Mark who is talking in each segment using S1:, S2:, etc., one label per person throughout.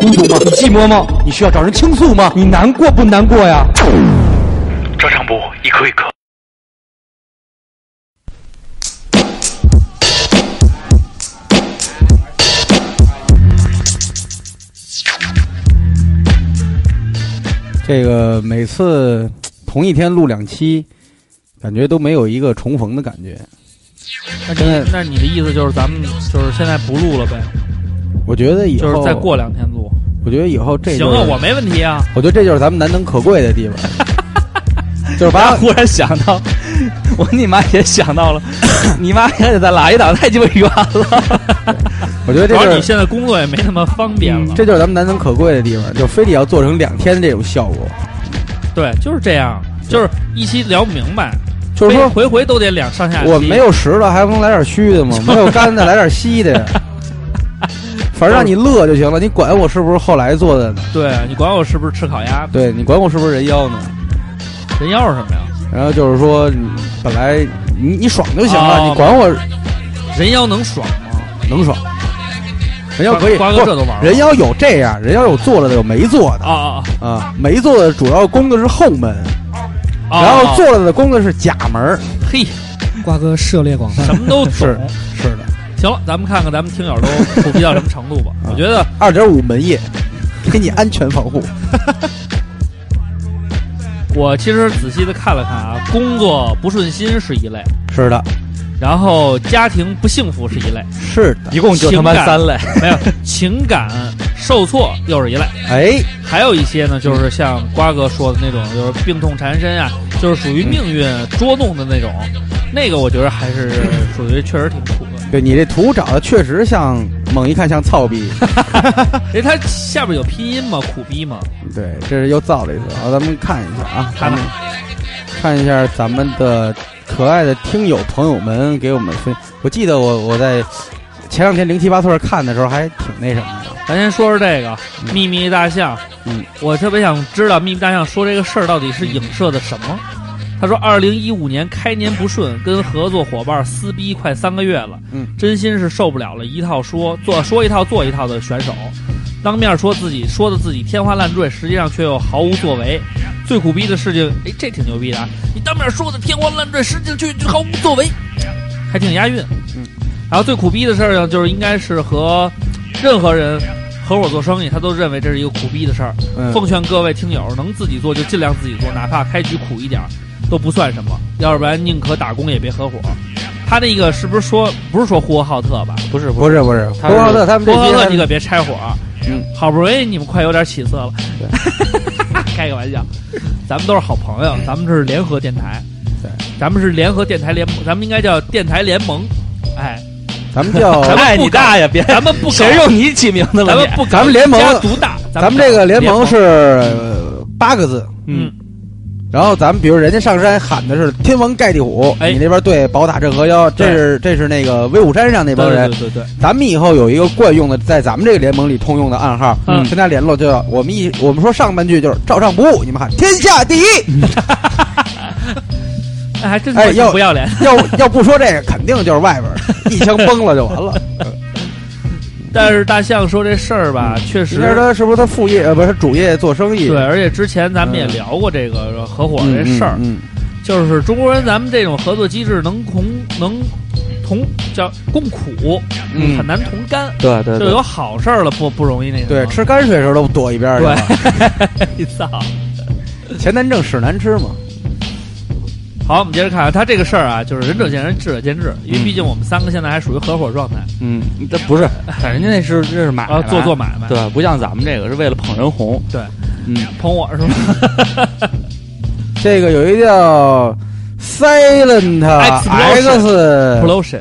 S1: 你孤独吗？你寂寞吗？你需要找人倾诉吗？你难过不难过呀？
S2: 照常不误，一颗一颗。
S3: 这个每次同一天录两期，感觉都没有一个重逢的感觉。
S4: 那你那你的意思就是咱们就是现在不录了呗？
S3: 我觉得以后
S4: 就是再过两天录。
S3: 我觉得以后这
S4: 行
S3: 就是
S4: 啊，我没问题啊。
S3: 我觉得这就是咱们难能可贵的地 方，就是把
S5: 忽然想到，我你妈也想到了，你妈也得再拉一档，太鸡巴远了。
S3: 我觉得这
S4: 主要
S3: 就是嗯
S4: 你现在工作也没那么方便了。
S3: 这就是咱们难能可贵的地方，就非得要做成两天这种效果。
S4: 对，就是这样，就是一期聊不明白，
S3: 就是说，
S4: 回回回都得两上下期。
S3: 我没有实的，还不能来点虚 的吗？没有干的，来点稀的呀。反正让你乐就行了，你管我是不是后来做的呢？
S4: 对你管我是不是吃烤鸭？
S3: 对你管我是不是人妖呢？
S4: 人妖是什么呀？
S3: 然后就是说，你本来你你爽就行了，
S4: 哦
S3: 你管我
S4: 人妖能爽吗？
S3: 能爽。人妖可以，
S4: 瓜
S3: 不
S4: 哥
S3: 是
S4: 这都玩了
S3: 人妖有这样，人妖有做了的，有没做的
S4: 啊啊
S3: 啊。没做的主要攻的是后门，
S4: 啊！
S3: 然后做了的攻的是甲门儿。
S4: 嘿，
S6: 瓜哥涉猎广泛
S4: 什，么都懂。
S3: 是是的，
S4: 行了，咱们看看咱们听友都 普及到什么程度吧。我觉得
S3: 二点五门叶，给你安全防护。
S4: 我其实仔细的看了看啊，工作不顺心是一类，
S3: 是的，
S4: 然后家庭不幸福是一类，
S3: 是的。
S5: 一共就他妈
S4: 情感
S5: 三类，
S4: 没有情感受挫又是一类，
S3: 哎，
S4: 还有一些呢，就是像瓜哥说的那种，就是病痛缠身啊，就是属于命运捉弄的那种。那个我觉得还是属于确实挺苦的，
S3: 对你这图找的确实像，猛一看像操逼。
S4: 因为它下边有拼音嘛，苦逼嘛。
S3: 对，这是又造了一次啊！咱们看一下啊，
S4: 看吧
S3: 看一下咱们的可爱的听友朋友们给我们分。我记得我我在前两天零七八岁看的时候还挺那什么的。
S4: 咱先说说这个秘密大象，
S3: 嗯，
S4: 我特别想知道秘密大象说这个事儿到底是影射的什么。他说，二零一五年开年不顺，跟合作伙伴撕逼快三个月了，
S3: 嗯，
S4: 真心是受不了了，一套说做说一套做一套的选手，当面说自己说的自己天花乱坠，实际上却又毫无作为。最苦逼的事情，哎，这挺牛逼的啊！你当面说的天花乱坠，实际上却却毫无作为，还挺押韵。
S3: 嗯，
S4: 然后最苦逼的事儿呢，就是应该是和任何人合伙做生意，他都认为这是一个苦逼的事儿。奉
S3: 嗯，
S4: 劝各位听友，能自己做就尽量自己做，哪怕开局苦一点儿都不算什么，要不然宁可打工也别合伙。他那个是不是说不是说呼和浩特吧？
S5: 不是
S3: 不
S5: 是，
S3: 是不是，博浩特他们
S4: 呼
S3: 这
S4: 和浩特
S3: 些
S4: 你可别拆伙啊，
S3: 嗯
S4: 好不容易你们快有点起色了， 开个玩笑，咱们都是好朋友，咱们是联合电台，
S3: 对，
S4: 咱们是联合电台联盟，咱们应该叫电台联盟，哎，
S3: 咱们叫
S4: 咱们
S5: 哎，
S4: 不
S5: 你大爷，别
S4: 咱们不搞，
S5: 谁用你起名字
S4: 咱
S5: 了？
S4: 们
S5: 你
S4: 不搞
S3: 咱们联盟
S4: 家独大，
S3: 咱们
S4: 搞
S3: 这个联盟是呃八个字，
S4: 嗯，
S3: 然后咱们比如人家上山喊的是天王盖地虎，
S4: 哎
S3: 你那边对宝塔镇河妖，
S4: 对
S3: 这是这是那个威武山上那
S4: 对
S3: 帮人
S4: 对，对对对，
S3: 咱们以后有一个惯用的，在咱们这个联盟里通用的暗号，
S4: 嗯
S3: 跟大家联络就要我们一我们说上半句就是照唱不误，你们喊天下第 一，
S4: 哎，还真
S3: 哎
S4: 挺
S3: 要
S4: 不要脸。
S3: 要要不说这个肯定就是外边 儿一枪崩了就完了。
S4: 但是大象说这事儿吧，确
S3: 你说
S4: 实
S3: 他 嗯是不是他副业呃不是主业做生意？
S4: 对，而且之前咱们也聊过这个合伙这事儿，
S3: 嗯，
S4: 就是中国人咱们这种合作机制能同能同叫共苦，
S3: 嗯
S4: 很难同甘，
S5: 对对
S4: 就
S5: 对
S4: 有，好事儿了不不容易那什么。
S3: 对，吃泔水的时候都躲一边儿去了。
S4: 对，操。
S3: 钱难挣，屎难吃嘛。
S4: 好，我们接着看啊，他这个事儿啊，就是仁者见仁，智者见智，因为毕竟我们三个现在还属于合伙状态
S3: 嗯，
S5: 这不是，人家那是这是买
S4: 啊，
S5: 卖
S4: 做做买卖，
S3: 呃
S5: 对，不像咱们这个是为了捧人红，
S4: 对，
S5: 嗯，
S4: 捧我是吧？
S3: 这个有一叫 Silent
S4: Explosion
S3: X，
S4: Pollution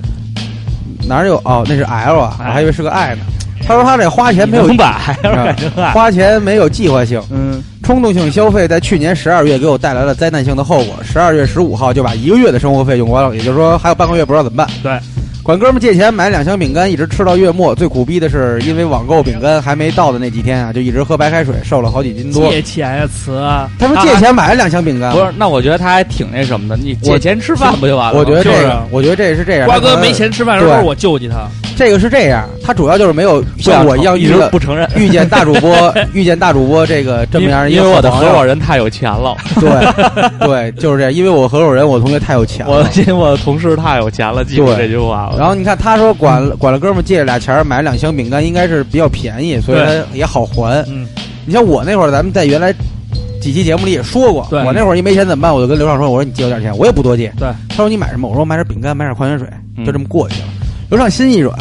S3: 哪儿有？哦，那是 L 啊，我
S4: 哎
S3: 还以为是个 I 呢。他说他这花钱没有
S5: 能摆，
S3: 啊花钱没有计划性，
S5: 嗯，
S3: 冲动性消费在去年十二月给我带来了灾难性的后果。十二月十五号就把一个月的生活费用光了，也就是说还有半个月不知道怎么办。
S4: 对，
S3: 管哥们借钱买两箱饼干，一直吃到月末。最苦逼的是，因为网购饼干还没到的那几天啊，就一直喝白开水，瘦了好几斤多。
S4: 借钱呀，词啊，
S3: 他说借
S4: 啊
S3: 钱买了两箱饼干，
S5: 不是，那我觉得他还挺那什么的，你
S3: 我
S5: 借钱吃饭不就完了吗？
S3: 我觉得这
S4: 就是
S3: 个
S4: 啊，
S3: 我觉得这是这样。
S4: 瓜
S3: 他
S4: 哥
S3: 可能
S4: 没钱吃饭的时
S3: 对
S4: 候，我救济他。
S3: 这个是这样，他主要就是没有像我一样
S5: 一
S3: 遇
S5: 直
S3: 到
S5: 不承认。
S3: 遇见大主 播，遇见大主播这个这么样一
S5: 因
S3: 个
S5: 为我的合
S3: 朋友
S5: 伙人太有钱 了，
S3: 对 对，就是这样，因为我合伙人，我同学太有钱
S5: 我
S3: 了。
S5: 因为我的同事太有钱了，记住
S3: 对
S5: 这句话了。
S3: 然后你看，他说管了管了哥们儿借了俩钱儿买了两箱饼干，应该是比较便宜，所以
S4: 对
S3: 他也好还。
S4: 嗯，
S3: 你像我那会儿，咱们在原来几期节目里也说过，
S4: 对
S3: 我那会儿一没钱怎么办？我就跟刘畅说，我说你借我点钱，我也不多借。
S4: 对，
S3: 他说你买什么？我说我买点饼干，买点矿泉水，
S5: 嗯
S3: 就这么过去了。刘畅心一软，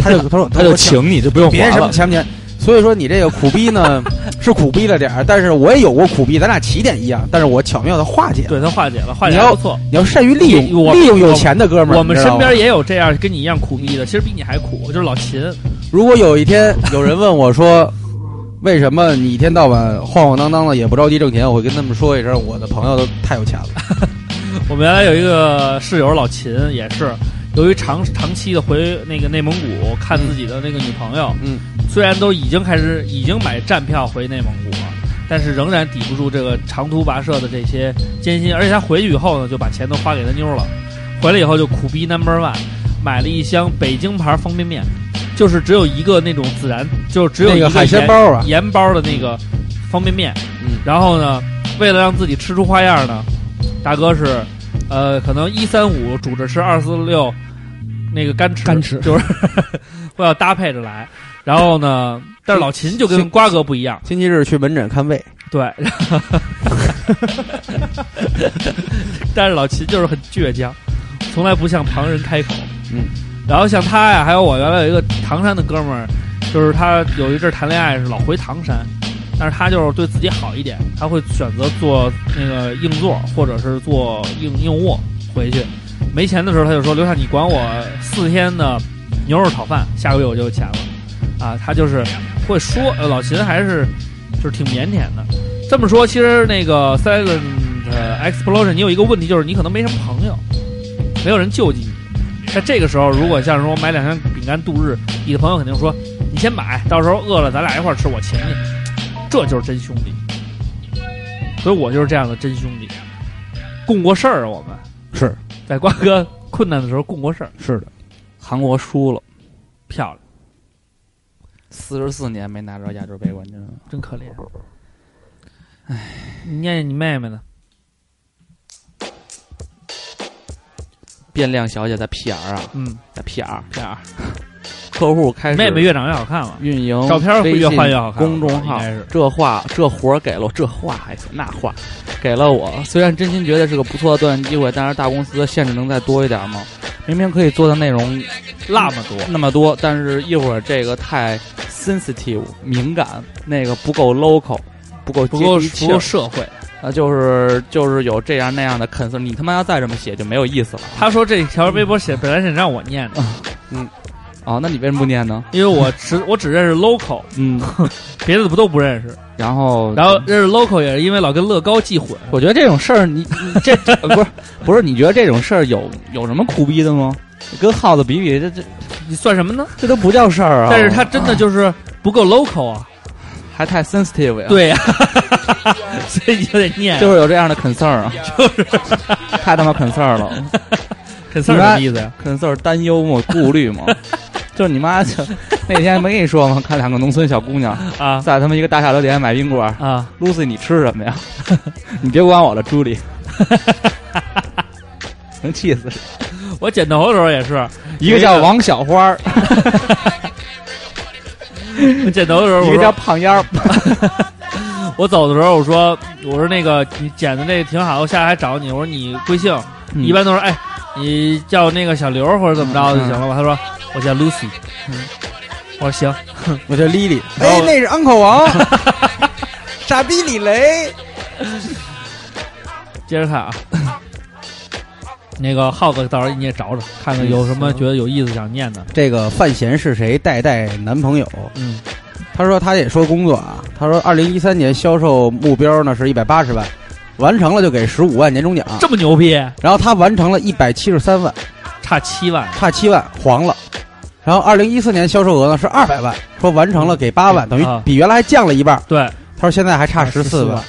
S3: 他就 他说
S5: 他就请你，就不 用
S3: 别
S5: 还
S3: 什么
S5: 了。
S3: 钱不钱。所以说你这个苦逼 呢是苦逼了点儿，但是我也有过苦逼，咱俩起点一样，但是我巧妙的化解了。
S4: 对他化解了，化解
S3: 你
S4: 得
S3: 要
S4: 不错。
S3: 你要善于利用
S4: 我
S3: 利用有钱的哥们儿。
S4: 我们
S3: 你知道
S4: 身
S3: 吗
S4: 边也有这样跟你一样苦逼的，其实比你还苦，就是老秦。
S3: 如果有一天有人问我说， 为什么你一天到晚晃晃荡荡的也不着急挣钱，我会跟他们说一声，我的朋友都太有钱了。
S4: 我们原来有一个室友老秦，也是由于长长期的回那个内蒙古看自己的那个女朋友，
S3: 嗯，
S4: 虽然都已经开始已经买站票回内蒙古了，但是仍然抵不住这个长途跋涉的这些艰辛，而且他回去以后呢，就把钱都花给他妞了，回来以后就苦 逼 number one，买了一箱北京牌方便面，就是只有一个那种孜然，就 只有
S3: 那
S4: 一
S3: 个海鲜
S4: 盐
S3: 包啊，
S4: 盐包的那个方便面。
S3: 嗯
S4: 然后呢，为了让自己吃出花样呢，大哥是，呃，可能一三五煮着吃，二四六那个干吃，
S6: 干吃
S4: 就是 会要搭配着来。然后呢，但是老秦就跟
S3: 行
S4: 瓜哥不一样，
S3: 星期日去门诊看胃，
S4: 对， 但是老秦就是很倔强，从来不向旁人开口。
S3: 嗯，
S4: 然后像他呀，还有我原来有一个唐山的哥们儿，就是他有一阵儿谈恋爱是老回唐山，但是他就是对自己好一点，他会选择做那个硬座或者是做硬硬卧回去。没钱的时候他就说：“刘畅，你管我四天的牛肉炒饭，下个月我就有钱了。”啊，他就是会说，呃，老秦还是就是挺腼腆的。这么说，其实那个 Silent 呃 Explosion，你有一个问题就是你可能没什么朋友，没有人救济你。在这个时候，如果像是说买两箱饼干度日，你的朋友肯定说你先买，到时候饿了咱俩一块儿吃，我请你。这就是真兄弟。所以我就是这样的真兄弟，共过事儿，我们
S3: 是
S4: 在瓜哥困难的时候共过事儿，
S3: 是的，
S5: 韩国输了，
S4: 漂亮，
S5: 四十四年没拿着亚洲杯冠军了。
S4: 真可怜。唉，你念念你妹妹呢？
S5: 变量小姐在 PR 啊，
S4: 嗯，
S5: 在 PR
S4: 这样，
S5: 客户开始
S4: 妹妹越长越好看了。
S5: 运营
S4: 照片会越换越好看
S5: 微信公众
S4: 应
S5: 号
S4: 该是
S5: 这话这活儿给了我，这话哎那话给了我。虽然真心觉得是个不错的锻炼机会，但是大公司的限制能再多一点吗？明明可以做的内容
S4: 那么多，
S5: 那么多，但是一会儿这个太 sensitive 敏感，那个不够 local，不够
S4: 不够
S5: 接地气
S4: 不
S5: 儿
S4: 够社会。
S5: 啊，就是就是有这样那样的 concern，你他妈要再这么写就没有意思了
S4: 他说这条微博写本来是让我念的，
S5: 啊！那你为什么不念呢？
S4: 嗯因为我只我只认识 local，
S5: 嗯，
S4: 别的都不认识。
S5: 然后
S4: 然后认识 local 也是因为老跟乐高记混，
S5: 我觉得这种事儿，你你这这不是不是？你觉得这种事儿有有什么苦逼的吗？跟耗子比比，这这
S4: 你算什么呢？
S5: 这都不叫事儿啊！
S4: 但是他真的就是不够 local 啊。
S5: 还太 sensitive 呀、，
S4: 对呀、 所以你啊就得念。
S5: 就是有这样的 concern 啊，就是 太他妈 concern 了
S4: 肯四儿什么意思呀？
S5: ，concern 担忧嘛，顾虑 嘛，就是你妈就那天没跟你说吗？看两个农村小姑娘
S4: 啊
S5: 在他们一个大下楼底下买冰棍儿
S4: 啊！
S5: ，Lucy 你吃什么呀？ 你别管我了，朱莉， 能气死谁？
S4: 我剪头的时候也是，
S5: 一个叫王小花 儿，
S4: 我剪头的时候我
S5: 一个叫
S4: 说
S5: 胖丫儿。
S4: 我走的时候我说我说那个你剪的这挺好，我下来还找你。我说你贵姓？
S5: 嗯
S4: 一般都是哎，你叫那个小刘或者怎么着就行了吧？他说我叫 Lucy。我说行，
S3: 我叫 Lily，
S4: 然后
S3: 哎，那是 Uncle 王， 傻逼李雷，
S4: 接着看啊。那个耗子到时候你也找找，看看有什么觉得有意思想念的。
S3: 这个范闲是谁？代代男朋友。
S4: 嗯，
S3: 他说他也说工作啊，他说二零一三年销售目标呢是一百八十万，完成了就给十五万年终奖，
S4: 这么牛逼，
S3: 然后他完成了一百七十三万，
S4: 差七万，
S3: 差七万黄了。然后二零一四年销售额呢是二百万，说完成了给八万，等于
S4: 啊
S3: 比原来还降了一半。
S4: 对，
S3: 他说现在还差
S4: 14
S3: 十四万
S4: 万，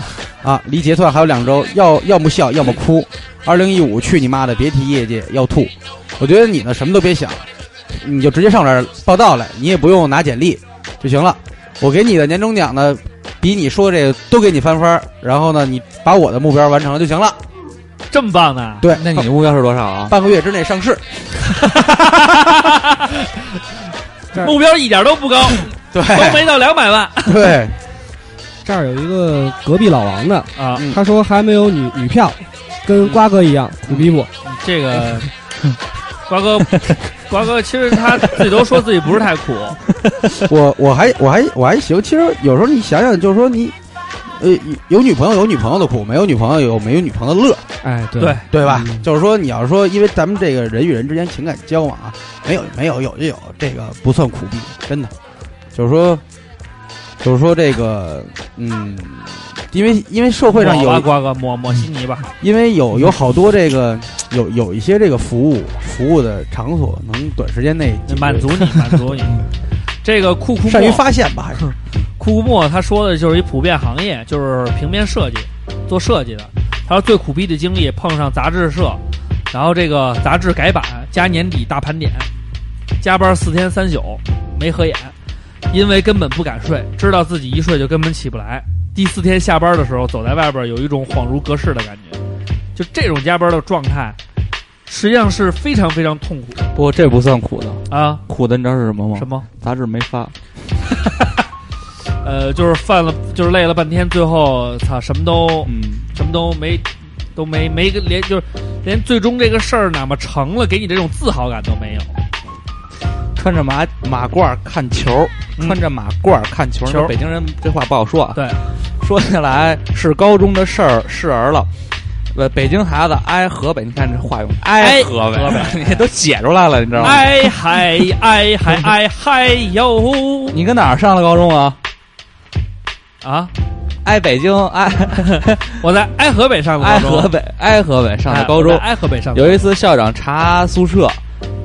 S3: 啊，离结算还有两周，要要么笑，要么哭。二零一五，去你妈的，别提业界，要吐。我觉得你呢，什么都别想，你就直接上这儿报道来，你也不用拿简历就行了。我给你的年终奖呢，比你说的这个都给你翻番儿，然后呢，你把我的目标完成了就行了。
S4: 这么棒呢？
S3: 对，
S5: 那你的目标是多少啊？
S3: 半个月之内上市，
S6: 这儿
S4: 目标一点都不高，
S3: 对
S4: 都没到两百万
S3: 对，
S6: 这儿有一个隔壁老王的，
S4: 啊！
S6: 他说还没有女女票，跟瓜哥一样苦逼不？
S4: 这个 瓜哥， 瓜哥其实他自己都说自己不是太苦，
S3: 我我还我还我还行。其实有时候你想想，就是说你，呃，有女朋友有女朋友的苦，没有女朋友有没有女朋友的乐，
S6: 哎，对
S4: 对
S3: 对吧？
S6: 嗯
S3: 就是说你要是说，因为咱们这个人与人之间情感交往啊，没有没有有就有，这个不算苦逼，真的。就是说，就是说这个，嗯，因为因为 社会上
S4: 抹吧
S5: 嗯
S3: 有
S4: 瓜哥抹抹稀泥 吧，
S3: 因为有有好多这个有有一些这个服务服务的场所能短时间内解决
S4: 满足你，满足你。这个酷酷
S3: 善于
S4: 莫
S3: 发现吧，还是
S4: 酷酷莫他说的就是一普遍行业，就是平面设计，做设计的。他说最苦逼的经历碰上杂志社，然后这个杂志改版加年底大盘点，加班四天三宿没合眼，因为根本不敢睡，知道自己一睡就根本起不来。第四天下班的时候，走在外边有一种恍如隔世的感觉，就这种加班的状态，实际上是非常非常痛苦的
S5: 不过这不算苦的，
S4: 啊。
S5: 苦的你知道是什么吗？
S4: 什么？
S5: 杂志没发，
S4: 呃，就是犯了，就是累了半天，最后操什么都
S5: 嗯，
S4: 什么都没，都没没个连就是连最终这个事儿哪怕成了，给你这种自豪感都没有。
S5: 穿着马马褂儿看球，
S4: 嗯
S5: 穿着马褂儿看球，
S4: 球
S5: 那北京人这话不好说啊。
S4: 对，
S5: 说起来是高中的事儿是儿了。呃，北京孩子挨河北，你看这话用挨
S4: 挨
S5: 河北，
S4: 河北
S5: 你都写出来了，你知道吗？
S4: 哎嗨哎嗨哎嗨哟
S5: 你跟哪儿上的高中啊？
S4: 啊！
S5: 挨北京， 挨
S4: 我在挨河北上的
S5: 挨
S4: 高中，
S5: 河北，挨河北上的高中
S4: 哎我在。挨河北上的
S5: 有一次校长查宿舍，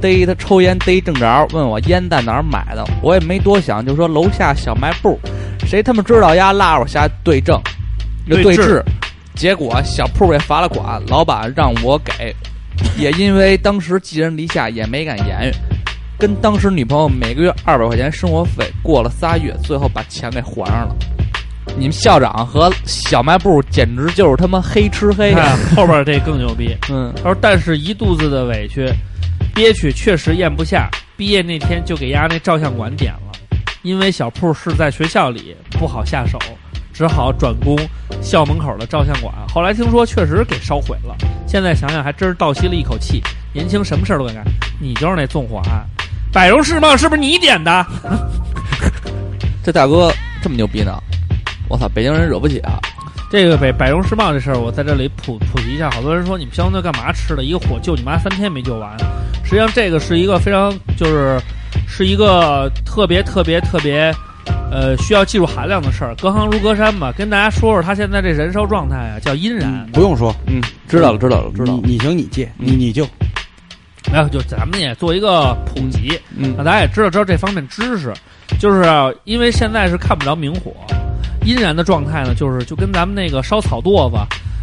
S5: 逮他抽烟逮正着，问我烟在哪儿买的，我也没多想，就说楼下小卖部。谁他妈知道呀？拉我下对证，就
S4: 对峙
S5: 峙。结果小铺被罚了款，老板让我给，也因为当时寄人篱下，也没敢言语。跟当时女朋友每个月二百块钱生活费，过了仨月，最后把钱给还上了。你们校长和小卖部简直就是他妈黑吃黑呀、
S4: 看哎后边这更牛逼。
S5: 嗯，
S4: 他说：“但是一肚子的委屈，憋屈确实咽不下。毕业那天就给丫那照相馆点了，因为小铺是在学校里，不好下手，只好转攻校门口的照相馆。后来听说确实给烧毁了，现在想想还真是倒吸了一口气。年轻什么事儿都敢干，你就是那纵火案，百荣世贸是不是你点的？
S5: 这大哥这么牛逼呢？我操，北京人惹不起啊！
S4: 这个北百荣世贸这事儿，我在这里普普及一下。好多人说你们消防队干嘛吃的？一个火救你妈三天没救完。实际上，这个是一个非常就是是一个特别特别特别呃需要技术含量的事儿。隔行如隔山嘛，跟大家说说他现在这燃烧状态啊，叫阴燃。
S3: 不用说，
S5: 嗯，知道了，知道了，知道嗯了。
S3: 你你行你借，你你就
S4: 然后就咱们也做一个普及。
S5: 嗯
S4: 那，大家也知道知道这方面知识，就是啊因为现在是看不着明火，阴燃的状态呢，就是就跟咱们那个烧草垛子，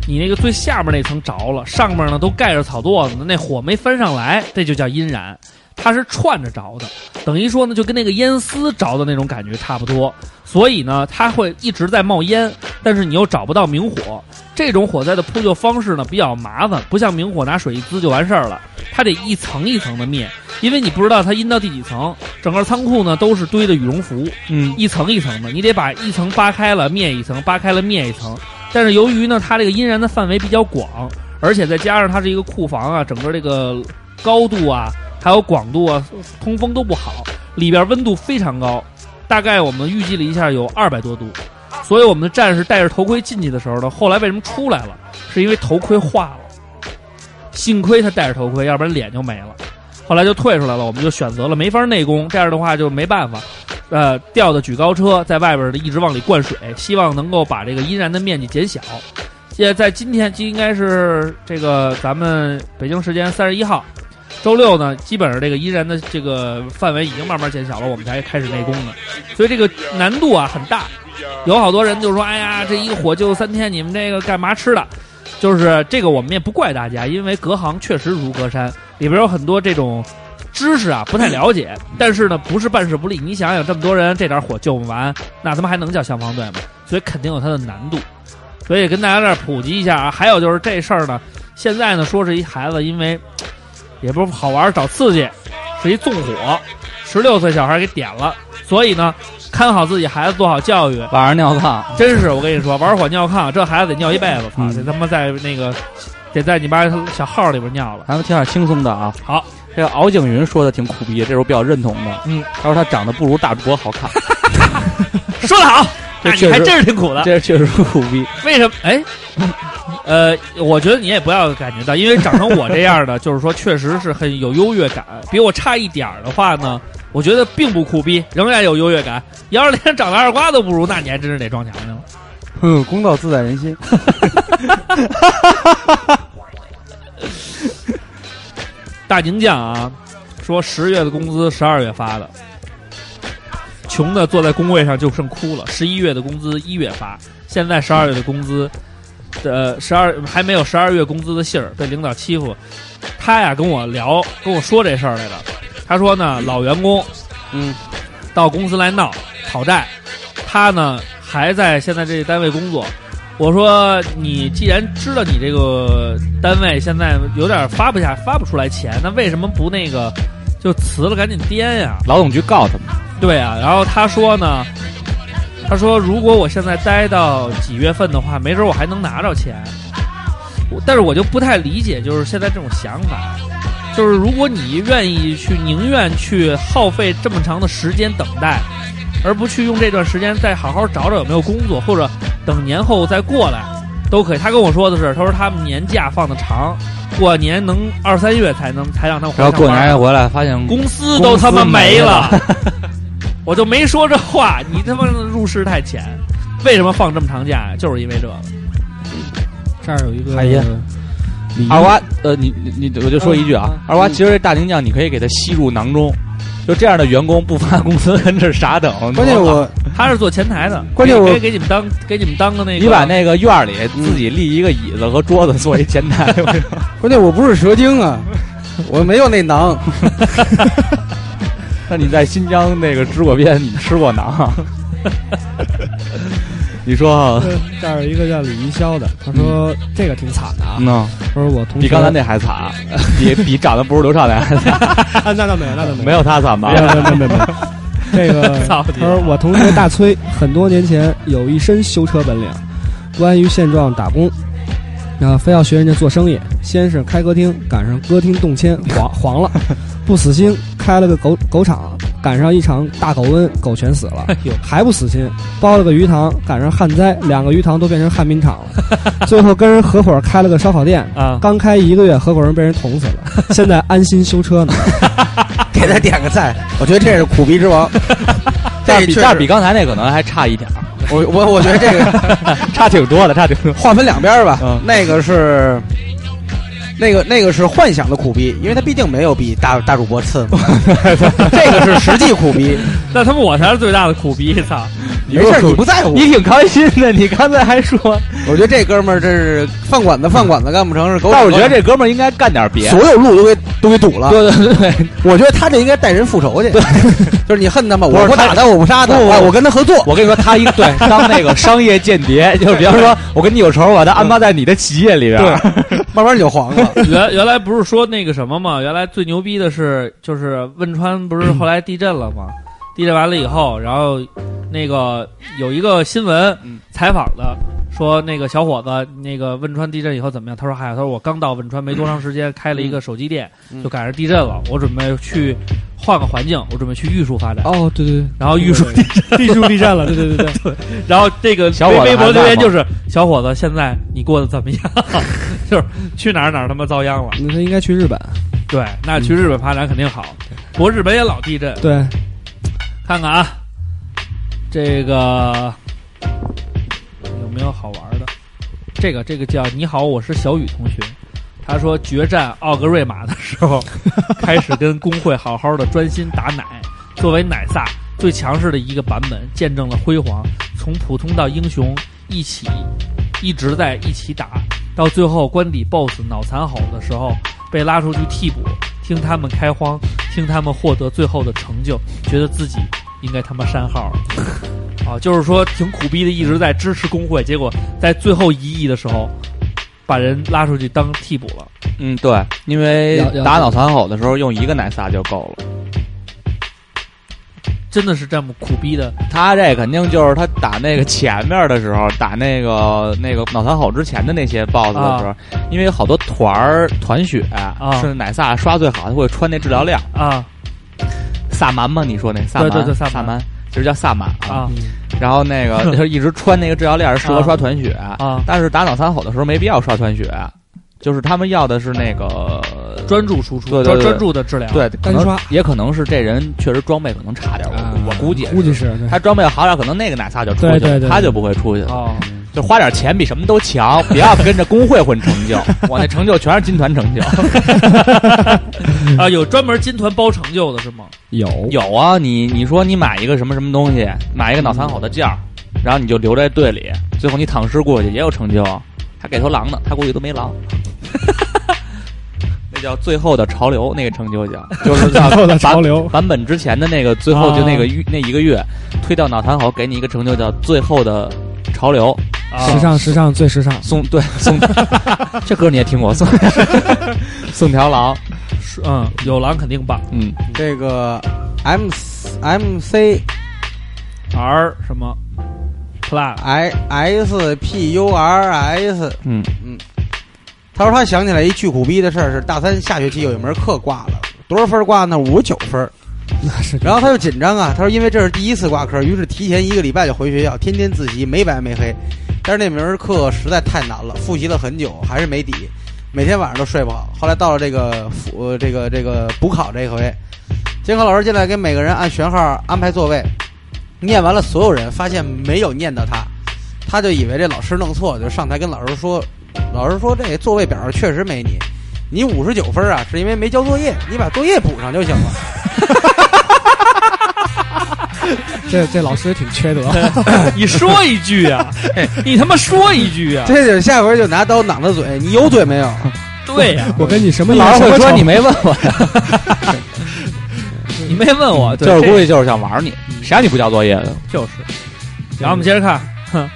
S4: 你那个最下面那层着了，上面呢都盖着草垛子呢，那火没翻上来，这就叫阴燃。它是串着着的，等于说呢，就跟那个烟丝着的那种感觉差不多，所以呢，它会一直在冒烟，但是你又找不到明火。这种火灾的扑救方式呢比较麻烦，不像明火拿水一滋就完事儿了，它得一层一层的灭。因为你不知道它阴到第几层，整个仓库呢都是堆的羽绒服，
S5: 嗯，
S4: 一层一层的，你得把一层扒开了灭一层，扒开了灭一层。但是由于呢，它这个阴燃的范围比较广，而且再加上它是一个库房啊，整个这个高度啊，还有广度啊，通风都不好，里边温度非常高，大概我们预计了一下有二百多度。所以我们的战士戴着头盔进去的时候呢，后来为什么出来了？是因为头盔化了，幸亏他戴着头盔，要不然脸就没了。后来就退出来了，我们就选择了没法内攻，这样的话就没办法。呃，吊的举高车在外边的一直往里灌水，希望能够把这个阴燃的面积减小。也在今天，就应该是这个咱们北京时间三十一号，周六呢，基本上这个阴燃的这个范围已经慢慢减小了，我们才开始内攻呢。所以这个难度啊很大，有好多人就说：“哎呀，这一个火就三天，你们这个干嘛吃的？”就是这个，我们也不怪大家，因为隔行确实如隔山，里边有很多这种知识啊不太了 解，但是呢不是办事不力。你想想，这么多人这点火救不完，那他妈还能叫消防队吗？所以肯定有它的难度。所以跟大家这儿普及一下啊。还有就是这事儿呢，现在呢说是一孩子因为也不是好玩儿找刺激，是一纵火，十六岁小孩给点了，所以呢看好自己孩子，做好教育。
S5: 晚上尿炕，
S4: 真是我跟你说，玩火尿炕，这孩子得尿一辈子，操、
S5: 嗯
S4: 这他妈在那个得在你妈小号里边尿 了。
S5: 咱们听点轻松的啊。
S4: 好，
S5: 这个敖景云说的挺苦逼，这是我比较认同的。
S4: 嗯，
S5: 他说他长得不如大卓好看，
S4: 说得好，
S5: 这
S4: 那
S5: 确
S4: 你
S5: 实
S4: 还真是挺苦的。
S5: 这确实是苦 逼。
S4: 为什么？哎，呃，我觉得你也不要感觉到，因为长成我这样的，就是说确实是很有优越感。比我差一点儿的话呢，我觉得并不酷逼，仍然有优越感。要是连长得二瓜都不如，那你还真是得撞墙去了。
S3: 哼，嗯公道自在人心。
S4: 大宁酱啊，说十月的工资十二月发的，穷的坐在工位上就剩哭了。十一月的工资一月发，现在十二月的工资，呃，十二还没有十二月工资的信儿，被领导欺负。他呀跟我聊，跟我说这事儿来了。他说呢，老员工，
S5: 嗯，
S4: 到公司来闹讨债，他呢还在现在这单位工作。我说你既然知道你这个单位现在有点发不下发不出来钱，那为什么不那个就辞了赶紧颠呀、
S5: 劳动局告他们，
S4: 对啊，然后他说呢，他说如果我现在待到几月份的话，没准我还能拿着钱。我但是我就不太理解，就是现在这种想法，就是如果你愿意去，宁愿去耗费这么长的时间等待，而不去用这段时间再好好找找有没有工作，或者等年后再过来，都可以。他跟我说的是，他说他们年假放的长，过年能二三月才能才让他们回上
S5: 然后过
S4: 班
S5: 年一回来发现
S4: 公司都他妈嗯没了，我就没说这话。你他妈入市太浅，为什么放这么长假？就是因为这个。
S6: 这儿有
S4: 嗯
S6: 一个
S5: 海爷
S6: 鲤鱼
S5: 二瓜，呃，你你你，我就说一句啊，
S6: 嗯
S5: 二瓜，
S6: 嗯
S5: 其实这大宁酱你可以给他吸入囊中，就这样的员工不发工资跟这儿傻等。
S3: 关键我
S4: 他是做前台的，
S3: 关键
S4: 给
S3: 我
S4: 给给你们当给你们当个那个，
S5: 你把那个院儿里自己立一个椅子和桌子做一前 台，我跟你说
S3: 关键我不是蛇精啊，我没有那囊。
S5: 那你在新疆那个吃过鞭，你吃过馕？ 你说，啊
S6: 这儿有一个叫李一潇的，他说这个挺惨的啊，
S5: 嗯，
S6: 他说我同学
S5: 比刚才那还惨，啊比比长得不如刘畅那还惨，
S6: 那那倒没有，那倒
S5: 没有他惨吧
S6: 没？有，没有，没有，没有没有。 这个
S4: 操
S6: 他
S4: 你
S6: 说我同学大崔很多年前有一身修车本领，不安于现状打工，然后非要学人家做生意。先是开歌厅，赶上歌厅动迁，黄黄 了，不死心，开了个狗狗场，赶上一场大狗瘟，狗全死 了。
S4: 哎呦，
S6: 还不死心，包了个鱼塘，赶上旱灾，两个鱼塘都变成旱冰场 了。最后跟人合伙开了个烧烤店，
S4: 啊，
S6: 刚开一个月，合伙人被人捅死 了，现在安心修车呢。
S3: 给他点个赞，我觉得这是苦逼之 王。
S5: 但
S3: 这
S5: 是
S3: 确
S5: 比
S3: 实
S5: 但是比刚才那可能还差一点儿，
S3: 我我我觉得这个
S5: 差挺多的，差挺多。
S3: 划分两边儿吧，
S5: 嗯
S3: 那个是。那个那个是幻想的苦逼，因为他毕竟没有比大大主播次 嘛，这个是实际苦逼。
S4: 那他妈我才是最大的苦逼！操，
S3: 没事儿，你不在乎。
S5: 你挺开心的，你刚才还说，
S3: 我觉得这哥们儿这是饭馆子，饭馆子干不成是狗。
S5: 但我觉得这哥们儿应该干点别的。
S3: 所有路都给都给堵了。
S5: 对对对，
S3: 我觉得他这应该带人复仇去， 就是你恨他吗？
S5: 不是
S3: 我不打他，我不杀他，
S5: 不不
S3: 啊我跟他合作。
S5: 我跟你说，他一个对当那个商业间谍，就是比方说，我跟你有仇，我把他安排在你的企业里边儿。
S3: 嗯 慢慢你就黄了。
S4: 原原来不是说那个什么吗？原来最牛逼的是，就是汶川不是后来地震了吗？地震完了以后，然后那个有一个新闻
S5: 嗯
S4: 采访的，说那个小伙子，那个汶川地震以后怎么样？他说：“哎嗨，他说我刚到汶川没多长时间，开了一个手机店，
S3: 嗯
S4: 就赶上地震了。我准备去换个环境，我准备去玉树发展。
S6: 哦，对对
S4: 然后玉树地震，
S6: 对，地主地 震了，对对对对。
S4: 然后这个
S5: 小伙子
S4: 微微博
S5: 还在
S4: 留言
S5: 吗
S4: 就是：小伙子，现在你过得怎么样？ 就是去哪儿哪儿他妈遭殃了。”
S6: 那他应该去日本。
S4: 对，那去日本发展肯定好。不过日本也老地震，
S6: 对，
S4: 看看啊，这个有没有好玩的？这个这个叫你好，我是小雨同学。他说决战奥格瑞玛的时候，开始跟工会好好的专心打奶。作为奶萨最强势的一个版本，见证了辉煌，从普通到英雄，一起一直在一起打，到最后官邸 BOSS 脑残吼的时候，被拉出去替补，听他们开荒，听听他们获得最后的成就，觉得自己应该他妈删号 了。啊，就是说挺苦逼的，一直在支持工会，结果在最后一役的时候，把人拉出去当替补了。
S5: 嗯，对，因为
S6: 要要
S5: 打脑残吼的时候用一个奶撒就够了。
S4: 真的是这么苦逼的，
S5: 他这肯定就是他打那个前面的时候，打那个那个脑残吼之前的那些 BOSS 的时候，因为有好多团儿团血、是奶萨刷最好，他会穿那治疗量
S4: 啊
S5: 萨满吗？你说那萨满？
S4: 对对对萨满
S5: 萨满就是叫萨满啊。
S4: 啊
S6: 嗯
S5: 然后那个他一直穿那个治疗链儿，适合刷团血
S4: 啊！
S5: 但是打脑残吼的时候没必要刷团血，就是他们要的是那个
S4: 专注输出，
S5: 对对
S4: 专
S5: 对
S4: 专注的治疗。
S5: 对
S6: 单，
S5: 可
S6: 刷
S5: 能也可能是这人确实装备可能差点，
S6: 啊
S5: 我我估计
S6: 估计是对
S5: 他装备好点，可能那个奶萨就出去
S6: 对对
S5: 了，
S6: 对
S5: 他就不会出去了。
S4: 哦，
S5: 就花点钱比什么都强，不要跟着工会混成就，我那成就全是金团成就。
S4: 啊，有专门金团包成就的是吗？
S6: 有
S5: 有啊，你你说你买一个什么什么东西，买一个脑残好的件儿，然后你就留在队里，最后你躺尸过去也有成就，还给头狼呢，他估计都没 狼。那叫最后的潮流，那个成就奖，就是在
S6: 后的潮流，
S5: 版本之前的那个最后就那个月、那一个月推到脑残好，给你一个成就叫最后的潮流，
S4: 啊，
S6: 时尚时尚最时尚，
S5: 送 对送，这歌你也听过送 送条狼，
S4: 是嗯，有狼肯定棒。
S5: 嗯，
S3: 这个 M M C
S4: R 什么 Plus
S3: I S P U R S，
S5: 嗯
S3: 他说他想起来一巨苦逼的事儿，是大三下学期有一门课挂了，多少分儿挂呢？五十九分儿。
S6: 那是
S3: 然后他就紧张啊，他说因为这是第一次挂科，于是提前一个礼拜就回学校，天天自习，没白没黑。但是那门课实在太难了，复习了很久还是没底，每天晚上都睡不好。后来到了这个复呃这个这个补考这回，监考老师进来给每个人按学号安排座位，念完了所有人，发现没有念到他，他就以为这老师弄错，就上台跟老师说，老师说这座位表上确实没你，你五十九分啊，是因为没交作业，你把作业补上就行了。
S6: 这这老师挺缺德，
S4: 你说一句 啊，
S5: 哎
S4: 你他妈说一句啊，
S3: 这得下回就拿刀挡他嘴，你有嘴没 有？
S4: 对呀、
S6: 我跟你什么
S5: 老师
S6: 什么
S5: 会说
S6: 仇
S5: 你没问我，
S4: 你没问我，对
S5: 就是
S4: 这嗯
S5: 估计就是想玩你，谁让你不交作业的？
S4: 就是。然后我们接着看，哼，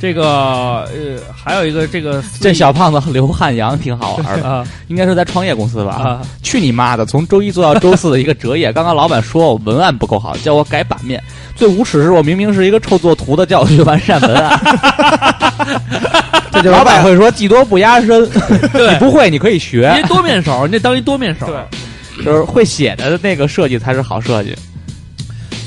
S4: 这个呃，还有一个这个
S5: 这小胖子刘汉阳挺好 玩的，
S4: 啊
S5: 应该是在创业公司吧？
S4: 啊
S5: 去你妈的！从周一做到周四的一个折页，刚刚老板说我文案不够好，叫我改版面。最无耻是我明明是一个臭作图的，叫我去完善 文案。
S3: 这就是
S5: 老板会说技多不 压身，你
S4: 对，
S5: 不会你可以学
S4: 你，这多面 手，你得当一多面手。对，
S5: 就是会写的那个设计才是好设计。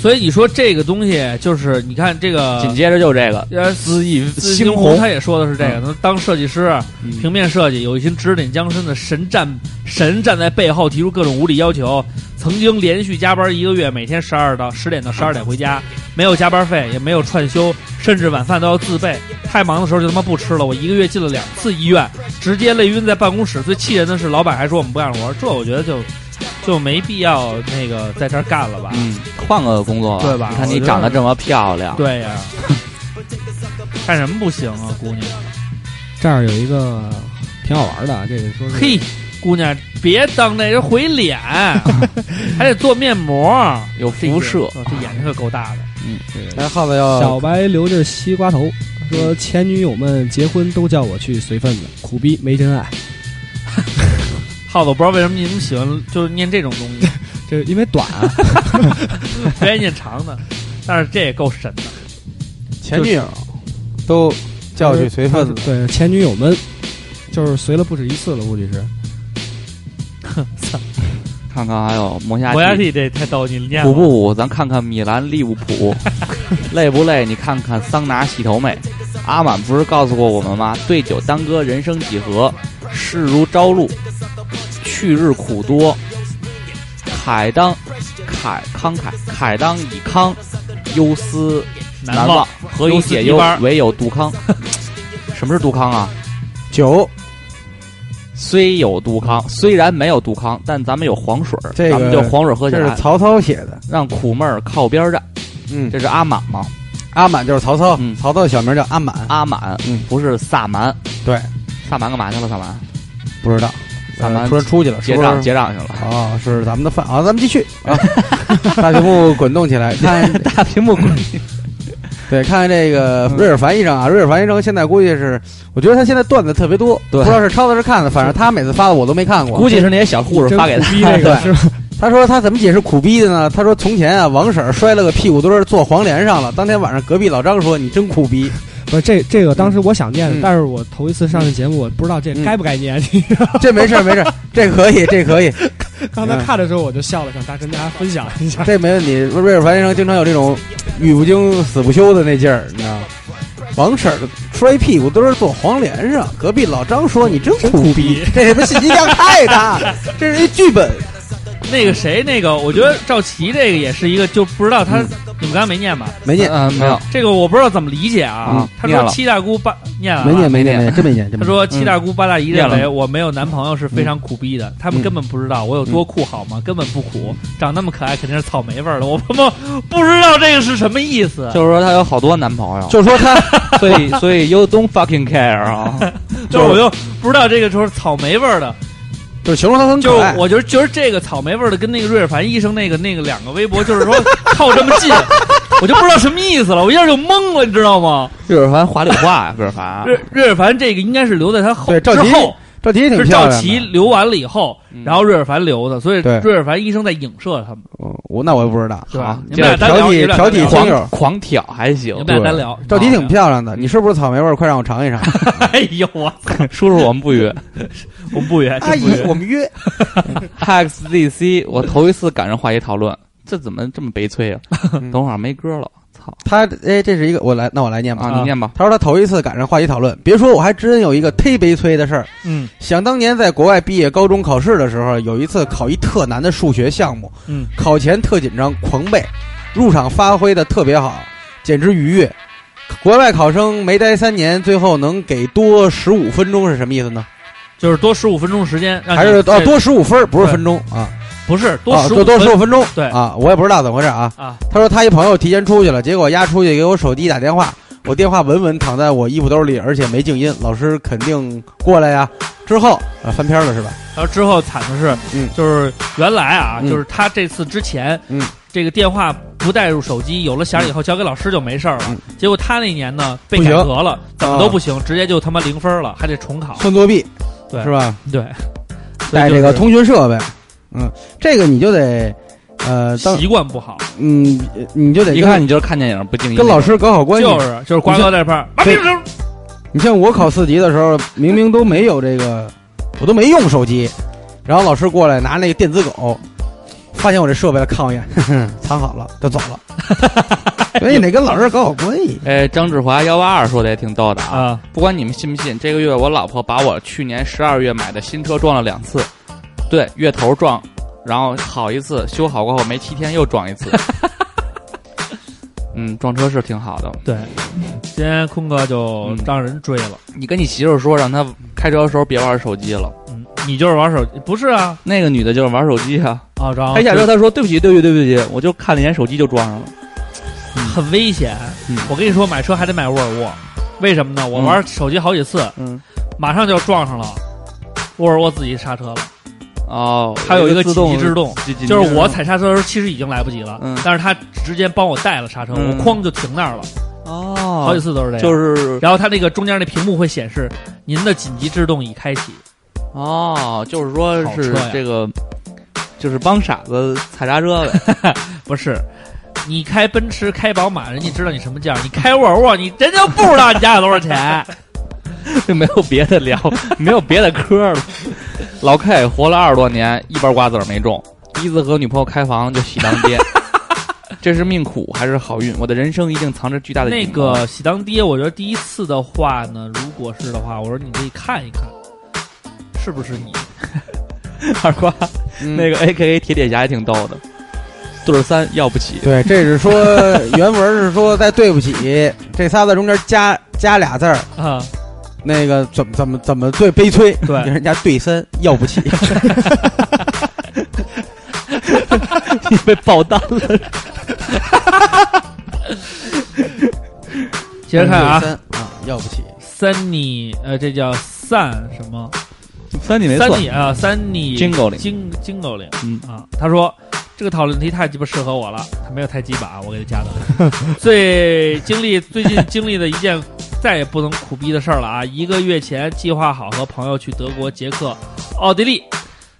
S4: 所以你说这个东西就是，你看这个
S5: 紧接着就这个
S4: 呃，
S5: 恣意
S4: 自
S5: 猩
S4: 红嗯
S5: 红，嗯
S4: 他也说的是这个，能当设计师、啊平面设计，有一群指点江山的神站神站在背后提出各种无理要求。曾经连续加班一个月，每天十二到十点到十二点回家，没有加班费，也没有串休，甚至晚饭都要自备。太忙的时候就他妈不吃了。我一个月进了两次医院，直接累晕在办公室。最气人的是，老板还说我们不干活，这我觉得就就没必要那个在这儿干 了吧。
S5: 嗯，换个工作
S4: 对吧
S5: 你看你长得这么漂亮，
S4: 对呀、干什么不行啊，姑娘？
S6: 这儿有一个挺好玩的啊，这个说是
S4: 嘿，姑娘，别当那人毁脸，还得做面膜，
S5: 有辐射，
S4: 这眼这眼睛可够大的。
S3: 来耗子要
S6: 小白留着西瓜头，说前女友们结婚都叫我去随份子，苦逼没真爱。
S4: 耗子，我不知道为什么你们喜欢就是念这种东西，
S6: 这因为短啊，
S4: 不愿意念长的，但是这也够神的。
S3: 前女友都叫去随份子，
S6: 对前女友们，就是随了不止一次了，估计是。
S5: 看看还有磨牙
S4: 国家地
S5: 器
S4: 这太逗，你念
S5: 鼓
S4: 了
S5: 不鼓？咱看看米兰、利物浦， 累不累？你看看桑拿洗头妹。阿满不是告诉过我们吗？对酒当歌，人生几何？事如朝露，去日苦多。慨当慨慷慨，慨当以慷，忧思
S4: 难
S5: 忘
S4: 忘。。
S5: 何以
S4: 忧思
S5: 解
S4: 一
S5: 忧
S4: 般？
S5: 唯有杜康。 什么是杜康啊？
S3: 酒
S5: 虽有杜康，虽然没有杜康，但咱们有黄水儿，
S3: 这个
S5: 咱们就黄水喝啊起
S3: 这是
S5: 来，
S3: 曹操写的，
S5: 让苦闷儿靠边站。
S3: 嗯，
S5: 这是阿满吗？
S3: 阿满就是曹操
S5: 嗯，
S3: 曹操的小名叫阿满，
S5: 阿满，
S3: 嗯
S5: 不是萨满。
S3: 对，
S5: 萨满干嘛去了？萨满
S3: 不知道咱
S5: 咱
S3: 们
S5: 们
S3: 突然出去了，是
S5: 结
S3: 不
S5: 账
S3: 是？
S5: 结账去 了。
S3: 啊，是咱们的饭啊，咱们继续 啊，大屏幕滚动起来，看
S5: 大屏 幕滚，
S3: 对，看看这个
S5: 嗯
S3: 瑞尔凡医生啊，瑞尔凡医生现在估计是，我觉得他现在段子特别多，
S5: 对
S3: 不知道是抄的是看的，反正他每次发的我都没看过。
S5: 估计是那些小护士
S6: 真
S5: 发给
S6: 苦
S5: 他
S6: 逼 这个
S3: 对
S6: 是吧？
S3: 他说他怎么解释苦逼的呢？他说从前啊，王婶儿摔了个屁股墩儿，坐黄连上了。当天晚上，隔壁老张说你真苦 逼，
S6: 不是这这个，当时我想念的
S3: 嗯，
S6: 但是我头一次上这节目，我不知道这
S3: 嗯
S6: 该不该念。你
S3: 这没事儿没事儿，这可以这可以，
S6: 刚才看的时候我就笑了，想大跟大家分享一下。
S3: 这没问题。瑞尔凡医生经常有这种语不惊死不休的那劲儿，你知道吗？王婶儿摔屁股墩儿坐黄连上，隔壁老张说你真苦逼，这他妈信息量太大， 这是一剧本。
S4: 那个谁，那个我觉得赵琦这个也是一个，就不知道他、
S3: 嗯
S4: 你们刚才没念吧？
S3: 没念，
S4: 啊
S5: 嗯，没有，
S4: 这个我不知道怎么理解啊。
S5: 嗯
S4: 他
S5: 念
S4: 说
S5: 了
S4: 七大姑八念了吧，
S3: 没念，没
S5: 没
S3: 念，
S5: 念
S3: 没念，真没念。真嗯没念
S4: 他说七大姑八大姨认
S5: 念
S4: 为
S5: 了
S4: 我没有男朋友是非常苦逼
S3: 嗯
S4: 的，他们根本不知道我有多酷好吗？根本不苦，长那么可爱肯定是草莓味儿的，我他妈不知道这个是什么意思。
S5: 就是说她有好多男朋友，
S3: 就是说他
S5: 所以所以 you don't fucking care 啊，
S4: 就是我就不知道这个就是草莓味儿的，
S3: 就是形容他很
S4: 就
S3: 可
S4: 是
S3: 爱，
S4: 我觉得觉得这个草莓味儿的跟那个瑞尔凡医生那个那个两个微博就是说 靠这么近，我就不知道什么意思了，我一下就懵了，你知道吗？
S5: 岳尔凡滑溜话呀，岳尔凡
S4: 瑞瑞尔凡这个应该是留在他后
S3: 啊对赵
S4: 之
S3: 琦
S4: 后，
S3: 赵琦也挺
S4: 是
S3: 漂
S4: 赵
S3: 亮的。
S4: 琦留完了以后，
S5: 嗯
S4: 然后瑞尔凡留的，所以
S3: 对
S4: 瑞尔凡医生在影射他们，
S3: 哦我那我也不知道。
S4: 对吧
S5: 好？
S4: 你们俩
S3: 接着
S4: 单聊，
S3: 挑剔
S4: 你们俩
S3: 挑
S4: 单
S3: 剔
S4: 聊
S3: 黄
S5: 狂
S3: 友
S5: 狂挑还行
S4: 你，们俩单聊。
S3: 赵琦挺
S4: 漂
S3: 漂亮的，你是不是草莓味儿？快让我 尝一尝。
S4: 亮，哎呦我操，
S5: 叔叔我们不约
S4: 我们不约，真不约
S3: 我们约。
S5: XDC，我头一次赶上话题讨论，这怎么这么悲催啊？等会儿没歌了，操
S3: 他哎，这是一个我来，那我来念吧。
S5: 啊！你念吧，
S3: 他说他头一次赶上话题讨论，别说我还真有一个忒悲催的事儿。
S4: 嗯
S3: 想当年在国外毕业高中考试的时候，有一次考一特难的数学项目，
S4: 嗯，
S3: 考前特紧张，狂背，入场发挥的特别好，简直愉悦。国外考生没待三年，最后能给多十五分钟是什么意思呢？
S4: 就是多十五分钟时间，让你
S3: 还是哦
S4: 这
S3: 多十五分儿，不是
S4: 啊对
S3: 分钟啊？
S4: 不是多
S3: 啊
S4: 十
S3: 多
S4: 五
S3: 多十五分钟，
S4: 对
S3: 啊，我也不知道怎么回事啊。
S4: 啊，
S3: 他说他一朋友提前出去了，结果丫出去给我手机打电话，我电话稳稳躺在我衣服兜里，而且没静音，老师肯定过来呀。之后啊，翻篇了是吧？
S4: 然后之后惨的是，
S3: 嗯
S4: 就是原来啊，
S3: 嗯
S4: 就是他这次之前，
S3: 嗯，
S4: 这个电话不带入手机，有了响以后交给老师就没事儿了。
S3: 嗯
S4: 结果他那年呢被
S3: 不
S4: 改
S3: 行
S4: 革了，怎么
S3: 啊
S4: 都不行，直接就他妈零分了，还得重考。
S3: 算作弊，
S4: 对
S3: 是吧？
S4: 对，所以
S3: 带
S4: 就
S3: 这个
S4: 是
S3: 通讯设备，嗯，这个你就得呃，当
S4: 习惯不好，
S3: 嗯，你就得
S5: 一
S3: 跟
S5: 看你就是看电影不敬业，
S3: 跟老师搞好关系。
S4: 就是就是瓜哥在这块儿，
S3: 对你像我考四级的时候，明明都没有这个，我都没用手机，然后老师过来拿那个电子狗，发现我这设备了，看我一眼，呵呵 藏好了就走了。所以得跟老师搞好关系。
S5: 哎，张志华幺八二说的也挺逗的啊！
S4: 啊，
S5: 不管你们信不信，这个月我老婆把我去年十二月买的新车撞了两次，对，月头撞，然后好一次，修好过后没七天又 撞一次。嗯，撞车是挺好的。
S4: 对，今天坤哥就
S5: 嗯
S4: 让人追了，
S5: 你跟你媳妇说，让她开车的时候别玩手机了。
S4: 嗯，你就是玩手机，不是啊？
S5: 那个女的就是玩手机啊，
S4: 啊，然后
S5: 她一下车她说对不起，对不起，对不起，我就看了一眼手机就撞上了。
S4: 很危险。
S5: 嗯
S4: 我跟你说，买车还得买沃尔沃，为什么呢？我
S5: 嗯
S4: 玩手机好几次，
S5: 嗯，
S4: 马上就撞上了沃尔沃自己刹车了。
S5: 哦，
S4: 它有一个
S5: 自
S4: 紧
S5: 动
S4: 急制动，
S5: 紧，紧急
S4: 就是我
S5: 制
S4: 踩刹车的时候其实已经来不及了，
S5: 嗯
S4: 但是它直接帮我带了刹车，
S5: 嗯
S4: 我哐就停那儿了，
S5: 动哦，
S4: 好几次都是这样。
S5: 就是
S4: 然后它那个中间那屏幕会显示您的紧急制动已开启，
S5: 哦，就是说
S4: 好
S5: 是
S4: 车呀
S5: 这个，就是帮傻子踩刹车呗。
S4: 不是。你开奔驰、开宝马，人家知道你什么价；你开沃尔沃，你人家不知道你家有多少钱。
S5: 就 没有别的聊， 没有别的嗑了。老 K 活了二十多年，一瓣瓜子儿没中，第一次和女朋友开房就喜当 爹。这是命苦还是好运？我的人生一定藏着巨大的
S4: 那
S5: 隐瞒
S4: 个喜当爹，我觉得第一次的话呢，如果是的话，我说你可以看一看，是不是你？
S5: 二瓜，
S3: 嗯
S5: 那个 A K A 铁铁侠也挺逗的。对儿三要不起，
S3: 对，这是说原文是说在对不起这仨字中间加加俩字儿，
S4: 啊，
S3: 那个怎么怎么怎么最悲催？
S4: 对
S3: 人家对三要不起，
S5: 你 被爆单了。
S4: 接着看 啊
S3: 对三啊要不起。啊
S4: ，Sunny，呃，这叫 Sun 什么
S5: 三你没
S4: 三
S5: 错，
S4: 你啊，三你
S5: 金狗领
S4: 金金狗领，
S5: 嗯
S4: 啊，他说这个讨论题太鸡巴适合我了，他没有太鸡巴啊，我给他加的。 最经历最近经历的一件再也不能苦逼的事儿了啊！一个月前计划好和朋友去德国、捷克、奥地利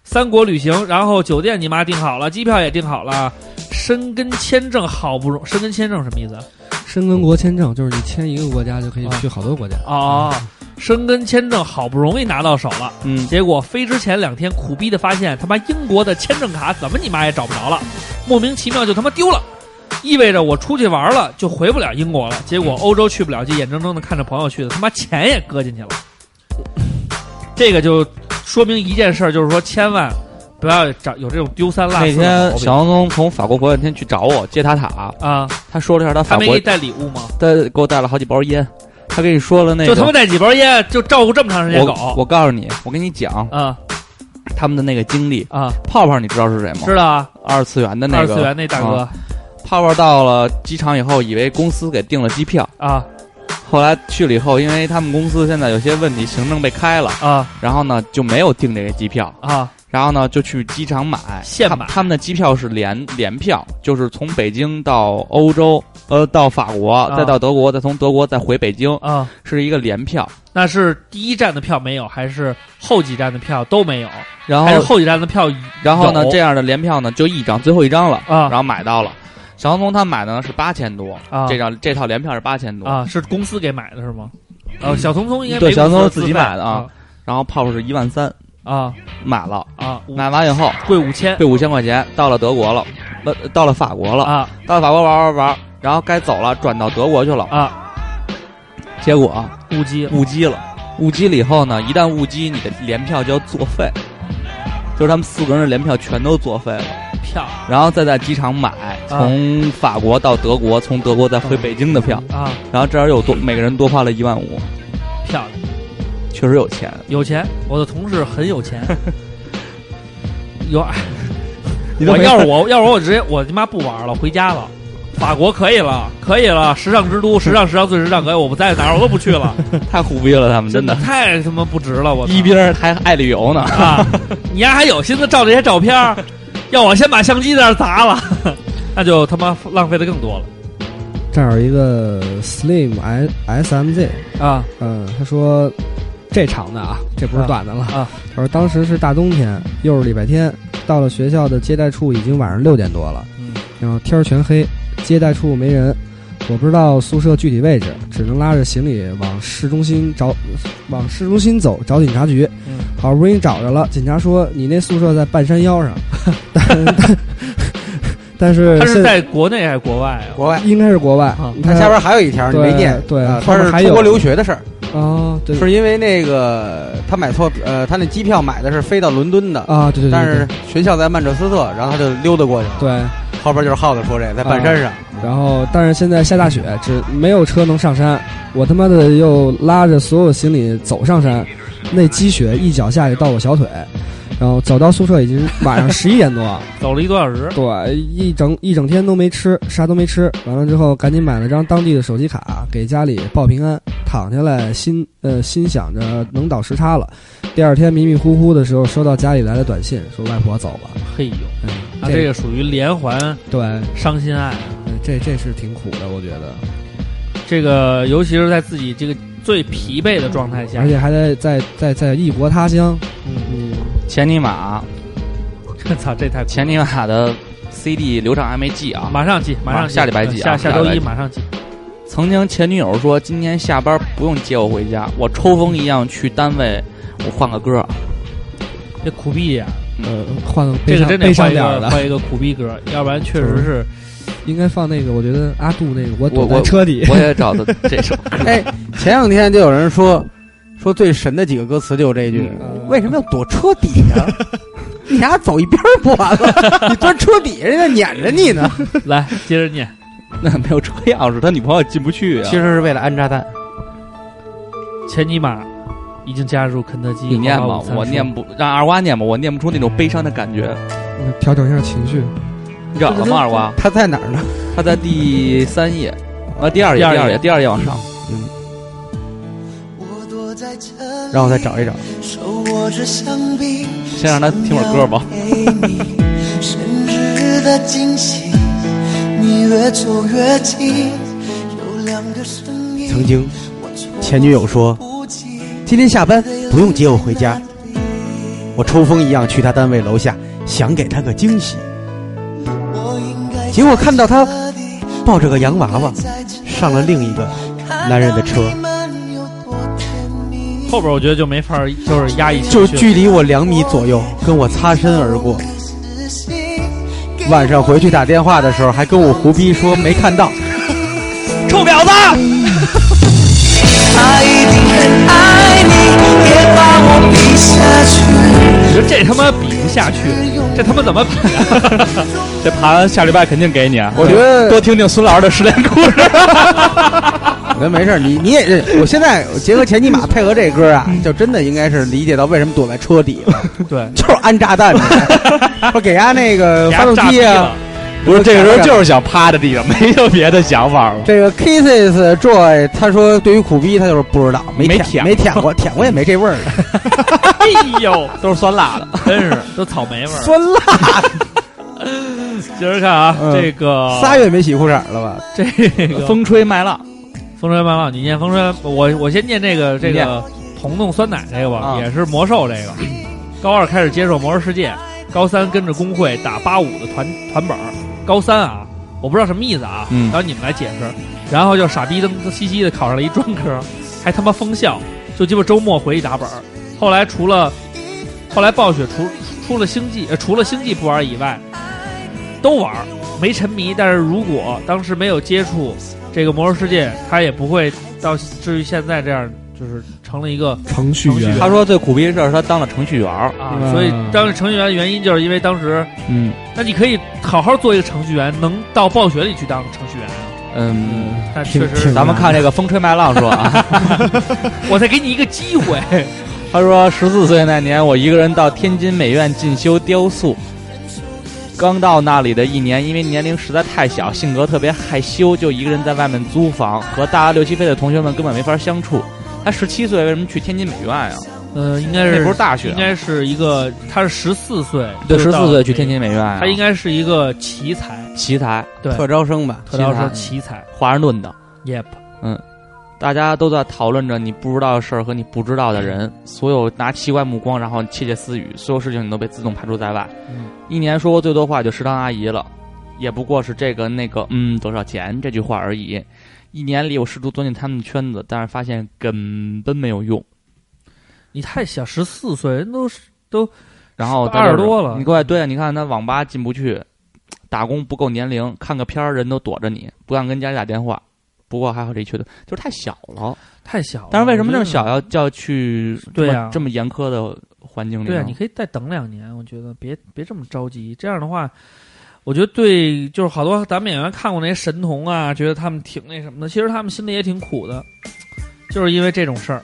S4: 三国旅行，然后酒店你妈订好了，机票也订好了，申根签证好不容申根签证什么意思？
S6: 申根国签证就是你签一个国家就可以去好多国家。
S4: 哦，申根签证好不容易拿到手了。
S5: 嗯，
S4: 结果飞之前两天，苦逼的发现他妈英国的签证卡怎么你妈也找不着了，莫名其妙就他妈丢了，意味着我出去玩了就回不了英国了。结果欧洲去不了，就眼睁睁的看着朋友去的，他妈钱也搁进去了。这个就说明一件事儿，就是说千万不要找有这种丢三落
S5: 那
S4: 四的毛
S5: 天
S4: 病
S5: 小王东从法国回来那天去找我接塔塔，
S4: 啊，
S5: 他说了一下他
S4: 他
S5: 法
S4: 没给
S5: 国
S4: 你带礼物吗？
S5: 他给我带了好几包烟，他跟你说了那
S4: 就他妈
S5: 个。
S4: 带几包烟，就照顾这么长时间
S5: 我
S4: 狗
S5: 我告诉你，我跟你讲
S4: 啊
S5: 他们的那个经历。
S4: 啊，
S5: 泡泡你知道是谁吗？
S4: 知道啊，
S5: 二次元的哦那
S4: 二
S5: 个
S4: 次元那大哥
S5: 啊泡泡到了机场以后，以为公司给订了机票，
S4: 啊
S5: 后来去了以后，因为他们公司现在有些问题，行政被开了，
S4: 啊
S5: 然后呢就没有订这个机票，
S4: 啊
S5: 然后呢就去机场买
S4: 现买
S5: 他他们的机票是联联票，就是从北京到欧洲，呃，到法国，
S4: 啊
S5: 再到德国，再从德国再回北京，
S4: 啊！
S5: 是一个联票。
S4: 那是第一站的票没有，还是后几站的票都没有？
S5: 然
S4: 还是
S5: 后，
S4: 后几站的票有？
S5: 然后呢，这样的联票呢就一张，最后一张了，
S4: 啊
S5: 然后买到了。小王从他买的呢是八千多，
S4: 啊
S5: 这张这套联票是八千多，
S4: 啊，是公司给买的是吗？呃，小聪聪应该
S5: 嗯对
S4: 没公司
S5: 小聪聪自己买的
S4: 啊
S5: 啊然后泡泡是一万三，
S4: 啊
S5: 买了，
S4: 啊，五
S5: 买完以后
S4: 贵五千
S5: 这五千块钱到了德国了，呃，到了法国了，
S4: 啊
S5: 到了法国玩玩玩，然后该走了，转到德国去了，
S4: 啊，
S5: 结果啊
S4: 误机
S5: 误机了，误机了以后呢，一旦误机，你的联票就要作废，就是他们四个人的联票全都作废了，
S4: 票
S5: 然后再在机场买从法国到德国，从德国再回北京的票，
S4: 啊
S5: 然后这样又多每个人多花了一万五，
S4: 漂亮，
S5: 确实有钱，
S4: 有钱，我的同事很有 钱。有，
S5: 你都
S4: 我
S5: 没
S4: 要是我要是我直接我他妈不玩了，回家了。法国可以了，可以了，时尚之都，时尚时尚最时尚，可以，我不在哪儿我都不去了，
S5: 太虎逼了，他们嗯真的，
S4: 太他妈不值了，我操
S5: 一兵还爱旅游呢，
S4: 啊，你丫还有心思照这些照片儿？要我先把相机在那儿砸了， 那就他妈浪费的更多了
S6: 这儿有一个 Slim S S M Z，
S4: 啊！
S6: 嗯，他说这长的啊，这不是短的了
S4: 啊啊。
S6: 他说当时是大冬天，又是礼拜天，到了学校的接待处已经晚上六点多了，
S4: 嗯
S6: 然后天儿全黑，接待处没人。我不知道宿舍具体位置，只能拉着行李往市中心找，往市中心走找警察局。
S4: 嗯
S6: 好不容易找着了，警察说你那宿舍在半山 腰上，但但但是
S4: 他是
S6: 现
S4: 在国内还是国外啊？
S3: 国外。
S6: 应该是国外
S4: 啊。
S6: 你
S3: 他
S6: 看
S3: 下边还有一条你
S6: 对
S3: 没念，
S6: 对
S3: 啊
S6: 后
S3: 他
S6: 面
S3: 是
S6: 还
S3: 出
S6: 有
S3: 国留学的事儿，
S6: 哦，对
S3: 是因为那个他买错，呃，他那机票买的是飞到伦敦的，
S6: 啊，对对对，
S3: 但
S6: 对
S3: 是学校在曼彻斯特，然后他就溜达过去了。
S6: 对，
S3: 后边就是耗子说这个在半山上，
S6: 然后但是现在下大雪，只没有车能上山，我他妈的又拉着所有行李走上山，那积雪一脚下去到我小腿，然后走到宿舍已经 晚上十一点多，
S4: 走了一个多小时，
S6: 对，一整一整天都没吃，啥都没吃，完了之后赶紧买了张当地的手机卡给家里报平安，躺下来心呃心想着能倒时差了，第二天迷迷糊糊的时候收到家里来的短信说外婆走了，
S4: 嘿呦，
S6: 嗯，
S4: 那啊这个属于连环
S6: 对，
S4: 伤心案啊，
S6: 嗯这这是挺苦的，我觉得。
S4: 这个尤其是在自己这个最疲惫的状态下
S6: 而，且还在在在在异国他乡，
S4: 嗯，
S6: 嗯，
S5: 钱尼玛，
S4: 操，这太
S5: 钱尼玛的 CD 流程还没寄啊，
S4: 马上寄，马上寄呃
S5: 下礼拜寄
S4: 下
S5: 啊
S4: 下
S5: 下
S4: 周
S5: 礼拜
S4: 一
S5: 寄
S4: 马上寄
S5: 曾经前女友说今天下班不用接我回家，我抽风一样去单位，我换个歌。
S4: 这苦逼呀，
S3: 嗯
S6: 呃，换个悲
S4: 这个
S6: 伤
S4: 真
S6: 悲
S4: 得
S6: 伤
S4: 换一
S6: 点儿
S4: 个
S6: 的，
S4: 换一个苦逼歌，要不然确实是
S6: 应该放那个，我觉得阿杜那个，我
S5: 我
S6: 躲在
S5: 我
S6: 车底，
S5: 我也找的这 首歌，
S3: 哎，前两天就有人说，说最神的几个歌词就这一句，
S6: 嗯
S3: 为什么要躲车底 呀、你俩走一边儿不完 了？你钻车底下，人家撵着你呢。
S4: 来接着念，
S5: 那没有车钥匙，他女朋友进不去啊
S3: 其。实是为了安炸弹。
S4: 前尼玛已经加入肯德基，
S5: 你念
S4: 豪华
S5: 吧
S4: 午餐，
S5: 我
S4: 时
S5: 念不让二瓜念吧，我念不出那种悲伤的感觉。
S6: 嗯调整一下情绪。
S5: 你找了吗，二瓜？
S3: 他在哪儿呢？
S5: 他在第三页，啊，第二页，
S4: 第二
S5: 第
S4: 页
S5: 二页，第二页往上。
S7: 我躲在
S3: 让我再找一啊找。
S5: 先让他听会儿歌吧。
S7: 生日的惊喜，你越走越近，有两个声音。
S3: 曾经
S7: 我猝
S3: 前女友说
S7: 不及，
S3: 今天下班不用接我回家，我抽风一样去她单位楼下，想给她个惊喜，
S7: 我应该
S3: 结果看到她
S7: 彻底
S3: 抱着个洋娃娃
S7: 在这
S3: 上了另一个男人的车，
S7: 看到你们有多甜蜜
S4: 后边我觉得就没法儿，就是压抑情绪
S3: 就
S4: 了。
S3: 距离我两米左右，跟我擦身而过。
S7: 窒息。给
S3: 晚上回去打电话的时候，还跟我胡逼说没看到。
S4: 臭婊子！
S7: 他一定很爱你，别把我比下去。
S4: 我觉得这他妈比不下去，这他妈怎么比、啊？
S5: 这盘下礼拜肯定给你啊，
S3: 我觉得
S5: 多听听孙老师的失恋故事。
S3: 我觉得没事儿，你你也是，我现在结合前几马配合这歌啊，就真的应该是理解到为什么躲在车底了，
S4: 对，
S3: 就是安炸弹， 说给家那个发动机
S4: 呀、
S3: 啊，
S5: 不是，这个时候就是想趴在地上，没有别的想法了。
S3: 这个 Kisses Joy，他说对于苦逼他就是不知道，没
S5: 没
S3: 舔
S5: 舔
S3: 没舔过，舔过也没这味儿，
S4: 哎呦，
S5: 都是酸辣的，
S4: 真是都草莓味儿。
S3: 酸辣。
S4: 今儿看啊，
S3: 嗯
S4: 这个
S3: 仨月没洗裤衩了吧？
S4: 这个
S5: 风吹麦浪，
S4: 风吹麦浪，你念风吹，我我先念这个这
S5: 你念
S4: 个彤彤酸奶这个吧，
S5: 啊
S4: 也是魔兽这 个。高二开始接受魔兽世界，高三跟着工会打八五的团团本儿。高三啊，我不知道什么意思啊，
S5: 嗯
S4: 然后你们来解释。然后就傻逼登兮兮的考上了一专科，还他妈封校，就鸡巴周末回去打本儿。后来除了后来暴雪除除了星际、呃，除了星际不玩以外，都玩儿，没沉迷。但是如果当时没有接触这个魔兽世界，他也不会到至于现在这样，就是成了一个
S6: 程序员，
S5: 他说最苦逼的事儿，他当了程序员儿。
S4: 啊。
S6: 嗯
S4: 所以当时程序员的原因就是因为当时，
S5: 嗯
S4: 那你可以好好做一个程序员，能到暴雪里去当程序员啊。
S5: 嗯，
S4: 但确实
S6: 挺，
S5: 咱们看这个风吹麦浪说 啊，
S4: 我再给你一个机会，
S5: 他说十四岁那年，我一个人到天津美院进修雕塑。刚到那里的一年，因为年龄实在太小，性格特别害羞，就一个人在外面租房，和大家六七岁的同学们根本没法相处。他十七岁为什么去天津美院呀、
S4: 呃，应该
S5: 那
S4: 是
S5: 不是啊大学
S4: 应该是一个，他是十四岁，
S5: 对，
S4: 就
S5: 十
S4: 到
S5: 四岁去天津美院、啊，
S4: 他应该是一个奇才，
S5: 奇才，
S4: 对，
S3: 特招生吧？
S4: 特招生
S5: 奇
S4: 奇才
S5: 华盛顿的。
S4: ，yep，
S5: 大家都在讨论着你不知道的事儿和你不知道的人，
S4: 嗯
S5: 所有拿奇怪目光，然后窃窃私语，所有事情你都被自动排除在外。
S4: 嗯
S5: 一年说过最多话就食堂阿姨了，也不过是这个那个嗯多少钱这句话而已。一年里我试图钻进他们的圈子，但是发现根本没有用。
S4: 你太小，十四岁人都是都
S5: 然后
S4: 八十多了
S5: 你过来对啊，你看他网吧进不去，打工不够年龄，看个片儿人都躲着你，不敢跟家里打电话。不过还好这一缺点就是太小了。
S4: 太小了。
S5: 但是为什么那么
S4: 我
S5: 小
S4: 觉
S5: 要就要去
S4: 对
S5: 这么
S4: 呀
S5: 这么严苛的环境里
S4: 得？
S5: 呢？
S4: 对啊，你可以再等两年，我觉得别别这么着急。这样的话，我觉得对，就是好多咱们演员看过那些神童啊，觉得他们挺那什么的，其实他们心里也挺苦的，就是因为这种事儿。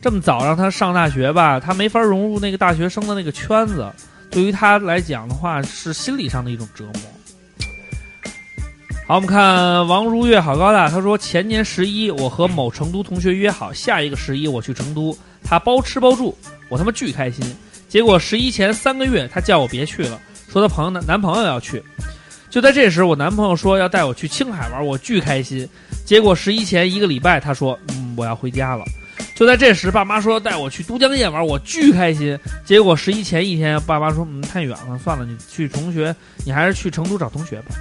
S4: 这么早让他上大学吧，他没法融入那个大学生的那个圈子，对于他来讲的话，是心理上的一种折磨。好，我们看王如月好高大，他说前年十一，我和某成都同学约好，下一个十一我去成都，他包吃包住，我他妈巨开心。结果十一前三个月，他叫我别去了，说他朋友男男朋友要去。就在这时，我男朋友说要带我去青海玩，我巨开心。结果十一前一个礼拜，他说嗯我要回家了。就在这时，爸妈说要带我去都江堰玩，我巨开心。结果十一前一天，爸妈说嗯太远了，算了，你去同学，你还是去成都找同学吧。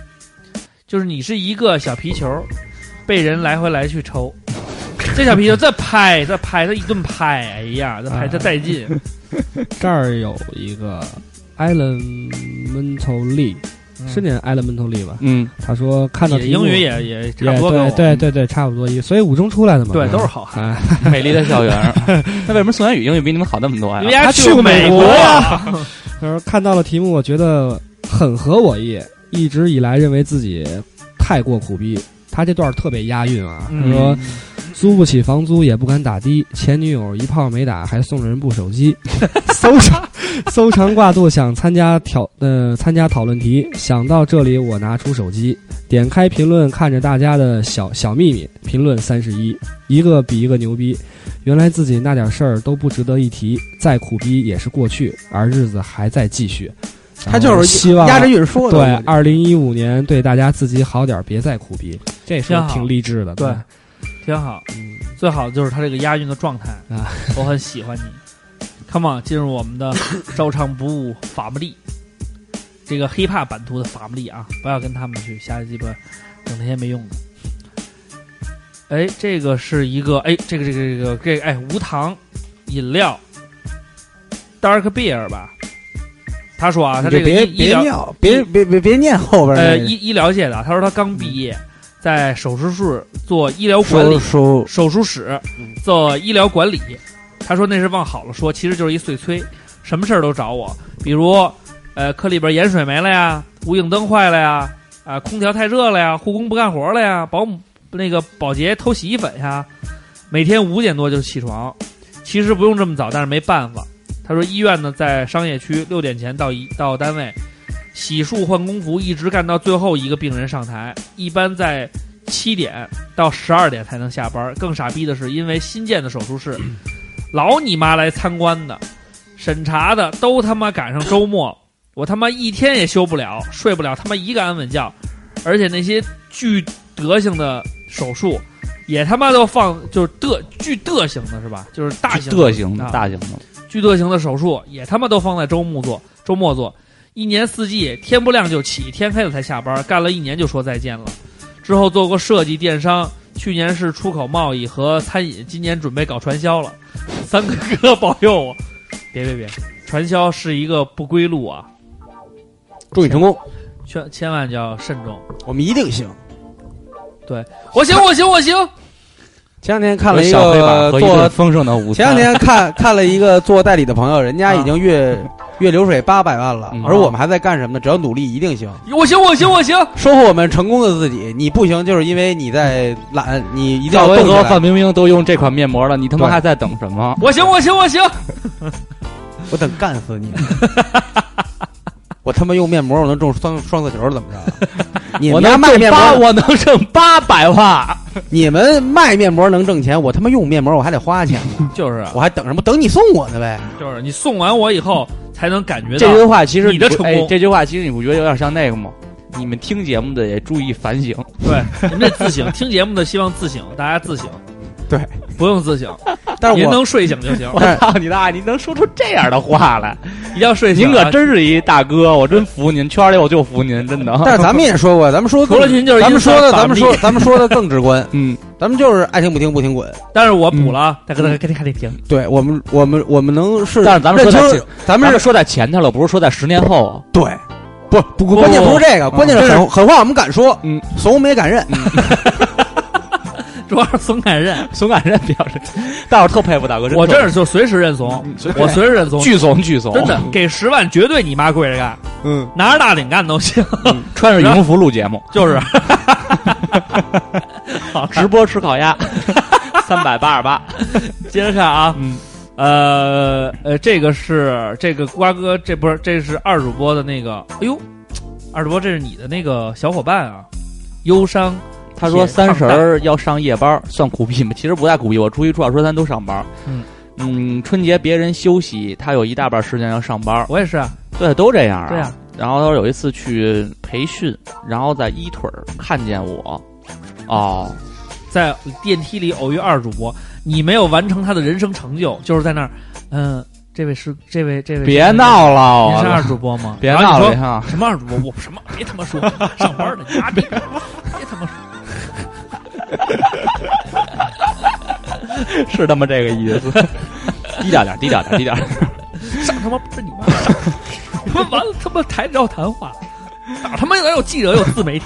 S4: 就是你是一个小皮球，被人来回来去抽。这小皮球这拍这拍，这一顿拍，哎呀，这拍这带劲。
S6: 这儿有一个 elementally，是念 elementally 吧？
S5: 嗯，
S6: 他说看到
S4: 你的
S6: 题目
S4: 英语嗯也也
S6: 也
S4: 差不多跟我，
S6: 对对对对，差不多一，所以五中出来的嘛，
S4: 对都是好汉。
S6: 哎，
S5: 美 丽的校园儿。那为什么宋元宇英语比你们好那么多
S4: 因为
S5: 呀？
S4: 他
S6: 去过美
S4: 国
S6: 国他说看到了题目，我觉得很合我意。一直以来认为自己太过苦逼，他这段儿特别押韵啊。
S4: 嗯
S6: 他说租不起 房租也不敢打的，前女友一炮没打还送着人部手机，搜上搜肠挂肚想参加挑呃参加讨论题，想到这里我拿出手机，点开评论，看着大家的小小秘密，评论三十一，一个比一个牛逼。原来自己那点事儿都不值得一提，再苦逼也是过去，而日子还在继续。
S3: 他就
S6: 然后
S3: 是
S6: 希望
S3: 压着韵说的。
S6: 对，二零一五年对大家自己好点，儿，别再苦逼，这是
S4: 挺好
S6: 挺励志的。
S4: 对挺好。嗯最好就是他这个押韵的状态
S6: 啊，
S4: 我很喜欢你。Come on，进入我们的照唱不误法布利，这个 hiphop 版图的法布利啊，不要跟他们去瞎鸡巴整那些没用的。哎，这个是一个哎，这个这个这个这个哎，无糖饮料，dark beer 吧？他说啊，他
S3: 你就
S4: 这个
S3: 别
S4: 医医
S3: 别
S4: 疗
S3: 尿，别别别别念后边
S4: 呃
S3: 儿那
S4: 医医疗界的，他说他刚毕业，在手术室做医疗管理
S3: 个，收收
S4: 手术室做医疗管理。他说那是往好了说，其实就是一碎催，什么事儿都找我，比如呃科里边盐水没了呀，无影灯坏了呀，啊、空调太热了呀，护工不干活了呀，保姆那个保洁偷洗衣粉呀，每天五点多就起床，其实不用这么早，但是没办法。他说医院呢在商业区，六点前到一到单位，洗漱换工服，一直干到最后一个病人上台，一般在七点到十二点才能下班。更傻逼的是，因为新建的手术室，老你妈来参观的、审查的都他妈赶上周末，我他妈一天也休不了，睡不了他妈一个安稳觉，而且那些巨德性的手术。也他妈都放就是的巨的型的是吧？就是大型
S5: 这型的
S4: 啊
S5: 大型的，
S4: 巨特型的手术也他妈都放在周末做，周末做，一年四季天不亮就起，天黑了才下班，干了一年就说再见了。之后做过设计、电商，去年是出口贸易和餐饮，今年准备搞传销了。三哥哥保佑我！别别别，传销是一个不归路啊，
S3: 祝你成功，
S4: 千千万就要慎重。
S3: 我们一定行。
S4: 我行，我行，我行！
S3: 前两天看了一
S5: 小黑板
S3: 个
S5: 和一顿
S3: 做，
S5: 丰盛的午
S3: 前两
S5: 餐。
S3: 天看看了一个做代理的朋友，人家
S4: 啊
S3: 已经月月流水八百万了
S5: 嗯，
S3: 而我们还在干什么呢？只要努力，一定行。
S4: 我行，我行，我行！
S3: 收获我们成功的自己，你不行就是因为你在懒，你一定要
S5: 赵薇
S3: 动起
S5: 和
S3: 来。
S5: 范冰冰都用这款面膜了，你他妈
S3: 对
S5: 还在等什么？
S4: 我行，我行，我行！
S3: 我等干死你！我他妈用面膜，我能中双双色球了，怎么着？啊 你
S5: 我
S3: 们家
S5: 能
S3: 卖
S5: 挣
S3: 面
S5: 八，
S3: 膜，
S5: 我能挣八百万。
S3: 你们卖面膜能挣钱，我他妈用面膜我还得花钱，
S4: 就是啊，
S3: 我还等什么？等你送我呢呗。
S4: 就是啊你送完我以后，才能感觉
S5: 这
S4: 到
S5: 句话其实
S4: 你的
S5: 不
S4: 成
S5: 哎
S4: 功，
S5: 这句话其实你不觉得有点像那个吗？你们听节目的也注意反省，
S4: 对，你们得自省。听节目的希望自省，大家自省。
S3: 对，
S4: 不用自省，
S3: 但是
S4: 您
S3: 我
S4: 能睡醒就行。
S5: 我操你大爷！您能说出这样的话来，
S4: 一定要睡醒、
S5: 您
S4: 啊。
S5: 可真是一大哥，我真服您，圈里我就服您，真的。
S3: 但是咱们也说过，咱们说
S4: 除了您就是
S3: 咱们说的，
S4: 法
S3: 咱们
S4: 律
S3: 说咱们说的更直观，
S5: 嗯，
S3: 咱们就是爱听不听不听滚。
S4: 但是我补了啊，大哥，大哥，赶紧赶紧停。
S3: 对我们我们我们能是，
S5: 但是咱们说
S3: 认
S5: 在
S3: 清，咱
S5: 咱
S3: 们
S5: 们
S3: 是
S5: 是说在前头了，不是说在十年后啊。
S3: 对，不不关键不是这个，关键是狠狠话我们敢说，
S5: 嗯，
S3: 怂没敢认。
S4: 主要是怂敢认，
S5: 怂感人表示，但我特佩服大哥，
S4: 我
S5: 真
S4: 这是就随时认怂，我随时认怂。
S5: 巨怂巨怂，
S4: 真的，给十万绝对你妈跪着干，
S3: 嗯，
S4: 拿着大顶干都行。
S5: 穿着羽绒服录节 目，
S4: 就是，
S5: 直播吃烤 鸭，三百八十八。
S4: 接着看啊，
S5: 嗯，
S4: 呃呃，这个是这个瓜哥，这不是这是二主播的那个，哎呦，二主播这是你的那个小伙伴啊，忧伤
S5: 他说三十儿要上夜班儿，算苦逼吗？其实不太苦逼，我初一、初二、初三都上班。
S4: 嗯
S5: 嗯春节别人休息，他有一大半时间要上班。
S4: 我也是啊，
S5: 对，都这样啊。
S4: 对啊。
S5: 然后他说有一次去培训，然后在一腿儿看见我，哦，
S4: 在电梯里偶遇二主播，你没有完成他的人生成就，就是在那儿，嗯、这位是这位这位，
S5: 别，闹了，
S4: 您是
S5: 我
S4: 二主播吗？
S5: 别
S4: 然后
S5: 闹
S4: 你说
S5: 了哈。
S4: 什么二主播？我什么？别他妈说，上班呢， 你妈逼，别他妈说，
S5: 是他妈这个意思。 低调点，低调点，低调点。
S4: 上他妈不是你妈，上他妈完了他妈抬不着谈话，哪他妈有记者有自媒体？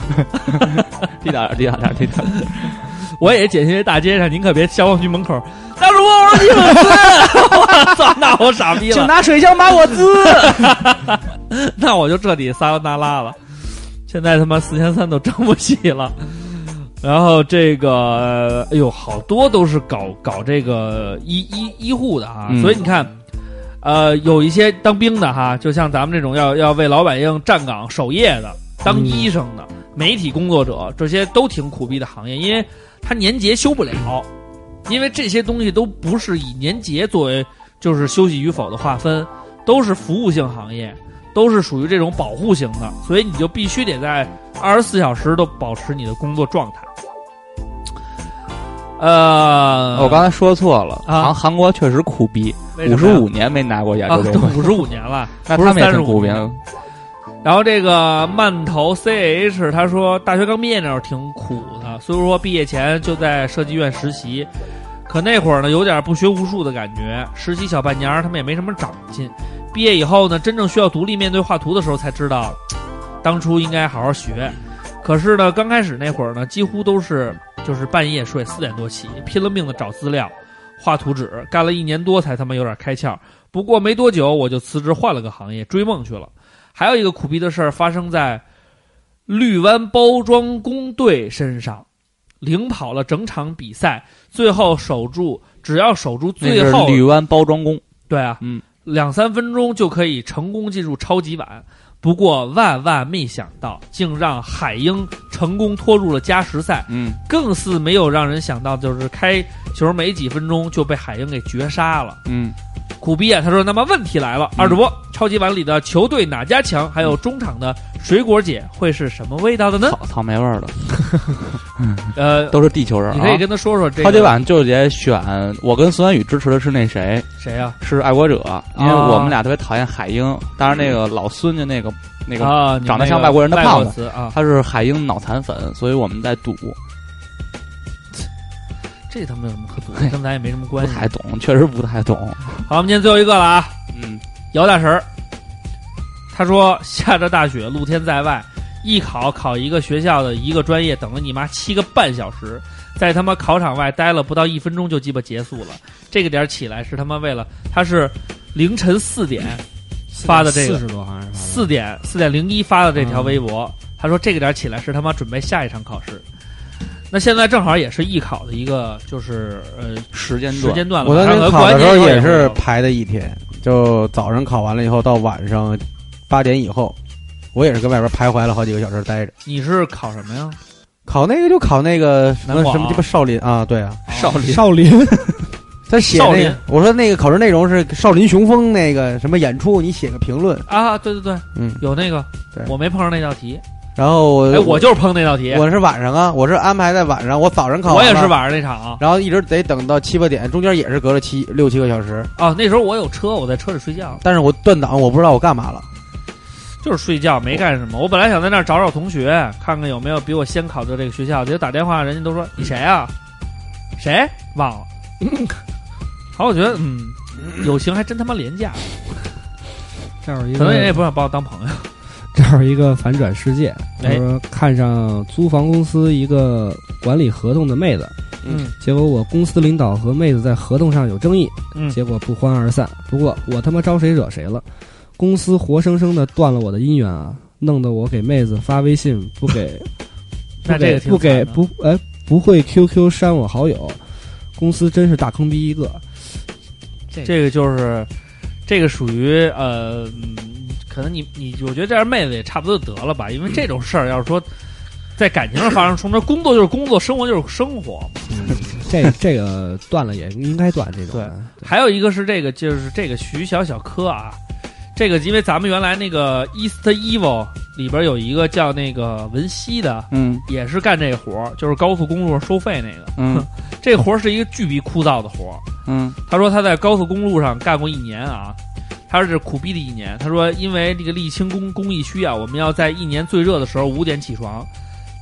S5: 低调点，低调点，低调点。
S4: 我也捡些大街上，您可别消防局门口，大主播我是你粉丝， 我操，那我傻逼了，
S5: 拿水枪把我滋。
S4: 那我就彻底撒由那拉了。现在他妈四千三都挣不起了。然后这个，哎呦，好多都是搞搞这个医医医护的啊，
S5: 嗯
S4: 所以你看，呃，有一些当兵的哈，就像咱们这种要要为老百姓站岗守夜的，当医生的、媒体工作者，这些都挺苦逼的行业，因为他年节休不了，因为这些东西都不是以年节作为就是休息与否的划分，都是服务性行业，都是属于这种保护型的，所以你就必须得在二十四小时都保持你的工作状态。呃，
S5: 哦我刚才说错了，
S4: 啊
S5: 韩韩国确实苦逼，
S4: 为什
S5: 五
S4: 么
S5: 十
S4: 呀
S5: 五年没拿过亚
S4: 啊，
S5: 洲杯
S4: 都，五十五年了，
S5: 那
S4: 不
S5: 他
S4: 是
S5: 们也
S4: 三十
S5: 挺苦
S4: 五
S5: 逼啊
S4: 年。
S5: 的。
S4: 然后这个曼头 CH 他说，大学刚毕业那会儿挺苦的，所以说毕业前就在设计院实习。可那会儿呢，有点不学无术的感觉，实习小半年儿他们也没什么长进。毕业以后呢，真正需要独立面对画图的时候，才知道当初应该好好学。可是呢，刚开始那会儿呢，几乎都是就是半夜睡，四点多起，拼了命的找资料、画图纸，干了一年多才他妈有点开窍。不过没多久我就辞职换了个行业，追梦去了。还有一个苦逼的事儿发生在绿湾包装工队身上，领跑了整场比赛，最后守住，只要守住
S5: 那
S4: 最
S5: 是
S4: 后
S5: 绿湾包装工，
S4: 对啊，
S5: 嗯，
S4: 两三分钟就可以成功进入超级碗。不过万万没想到，竟让海鹰成功拖入了加时赛。
S5: 嗯，
S4: 更似没有让人想到，就是开球没几分钟就被海鹰给绝杀了。
S5: 嗯，
S4: 苦逼啊！他说：“那么问题来了，
S5: 嗯
S4: 二主播，超级碗里的球队哪家强？还有中场的水果姐会是什么味道的呢
S5: 草草莓味儿的，？”
S4: 呃，
S5: 都是地球人
S4: 你可以
S5: 啊。
S4: 跟他说说这个
S5: 超级碗就得选，我跟孙元宇支持的是那谁，
S4: 谁啊呀？
S5: 是爱国者，因为我们俩特别讨厌海鹰。当然，那个老孙家那个那个，
S4: 啊，你
S5: 长得
S4: 那
S5: 像
S4: 个
S5: 外国人的
S4: 外
S5: 胖
S4: 国
S5: 子
S4: 词啊，
S5: 他是海鹰脑残粉，所以我们在赌。
S4: 这他妈有什么可赌的？
S5: 嘿
S4: 跟咱也没什么
S5: 不
S4: 关系。
S5: 太懂，确实不太懂。
S4: 好，我们今天最后一个了啊。
S5: 嗯，
S4: 姚大神儿，他说下着大雪，露天在外，艺考考一个学校的一个专业，等了你妈七个半小时，在他妈考场外待了不到一分钟就鸡巴结束了。这个点儿起来是他妈为了他是凌晨四点发的这个
S6: 四十多好像是
S4: 四点四点零一发的这条微博，他说这个点儿起来是他妈准备下一场考试。那现在正好也是艺考的一个就是呃
S5: 时间
S4: 时
S5: 段
S4: 间段了，
S3: 我当
S4: 马上
S3: 年
S4: 和
S3: 考的时
S4: 过
S3: 候
S4: 完年
S3: 也
S4: 以后会
S3: 是
S4: 有
S3: 排的一天，就早上考完了以后到晚上八点以后，我也是跟外边徘徊了好几个小时待着。
S4: 你是考什么呀？
S3: 考那个就考那个什么
S4: 南广啊
S3: 什么鸡巴少林啊，对啊，
S5: 少林
S6: 少林，
S3: 他写
S4: 少
S3: 那
S4: 林
S3: 个，我说那个考试内容是少林雄风那个什么演出，你写个评论，
S4: 啊，对对对，
S3: 嗯
S4: 有那个
S3: 对，
S4: 我没碰上那道题，
S3: 然后我
S4: 哎，我就是碰那道题，
S3: 我是晚上啊，我是安排在晚上，我早上考，
S4: 我也是，晚上那场啊，
S3: 然后一直得等到七八点，中间也是隔了七六七个小时，
S4: 哦那时候我有车，我在车里睡觉，
S3: 但是我断档，我不知道我干嘛了。
S4: 就是睡觉没干什
S3: 嗯
S4: 么。我本来想在那儿找找同学，看看有没有比我先考到这个学校，结果打电话，人家都说
S3: 嗯
S4: 你谁啊？谁忘 了？好，我觉得嗯，友情还真他妈廉价，
S6: 这儿有一
S4: 可能人家也
S6: 个
S4: 不想把我当朋友。
S6: 这儿有一个反转世界，就
S4: 哎
S6: 是说看上租房公司一个管理合同的妹子，
S4: 嗯，
S6: 结果我公司领导和妹子在合同上有争议，
S4: 嗯
S6: 结果不欢而散。不过我他妈招谁惹谁了？公司活生生的断了我的姻缘啊，弄得我给妹子发微信不给，
S4: 那这
S6: 不给
S4: 个挺
S6: 不给
S4: 惨的
S6: 不哎不会 QQ 删我好友，公司真是大坑逼一个。
S4: 这个就是，这个属于呃，嗯可能你你，我觉得这样妹子也差不多就得了吧，因为这种事儿要是说在感情上发生冲突，工作就是工作，生活就是生活。
S6: 这这个断了也应该断这种的。
S4: 还有一个是这个，就是这个徐小小柯啊，这个因为咱们原来那个 East Evil 里边有一个叫那个文熙的，
S5: 嗯
S4: 也是干这活儿，就是高速公路上收费那个，
S5: 嗯
S4: 这活儿是一个巨逼枯燥的活儿。
S5: 嗯
S4: 他说他在高速公路上干过一年啊，他是苦逼的一年。他说因为这个沥青工工艺区啊，我们要在一年最热的时候五点起床，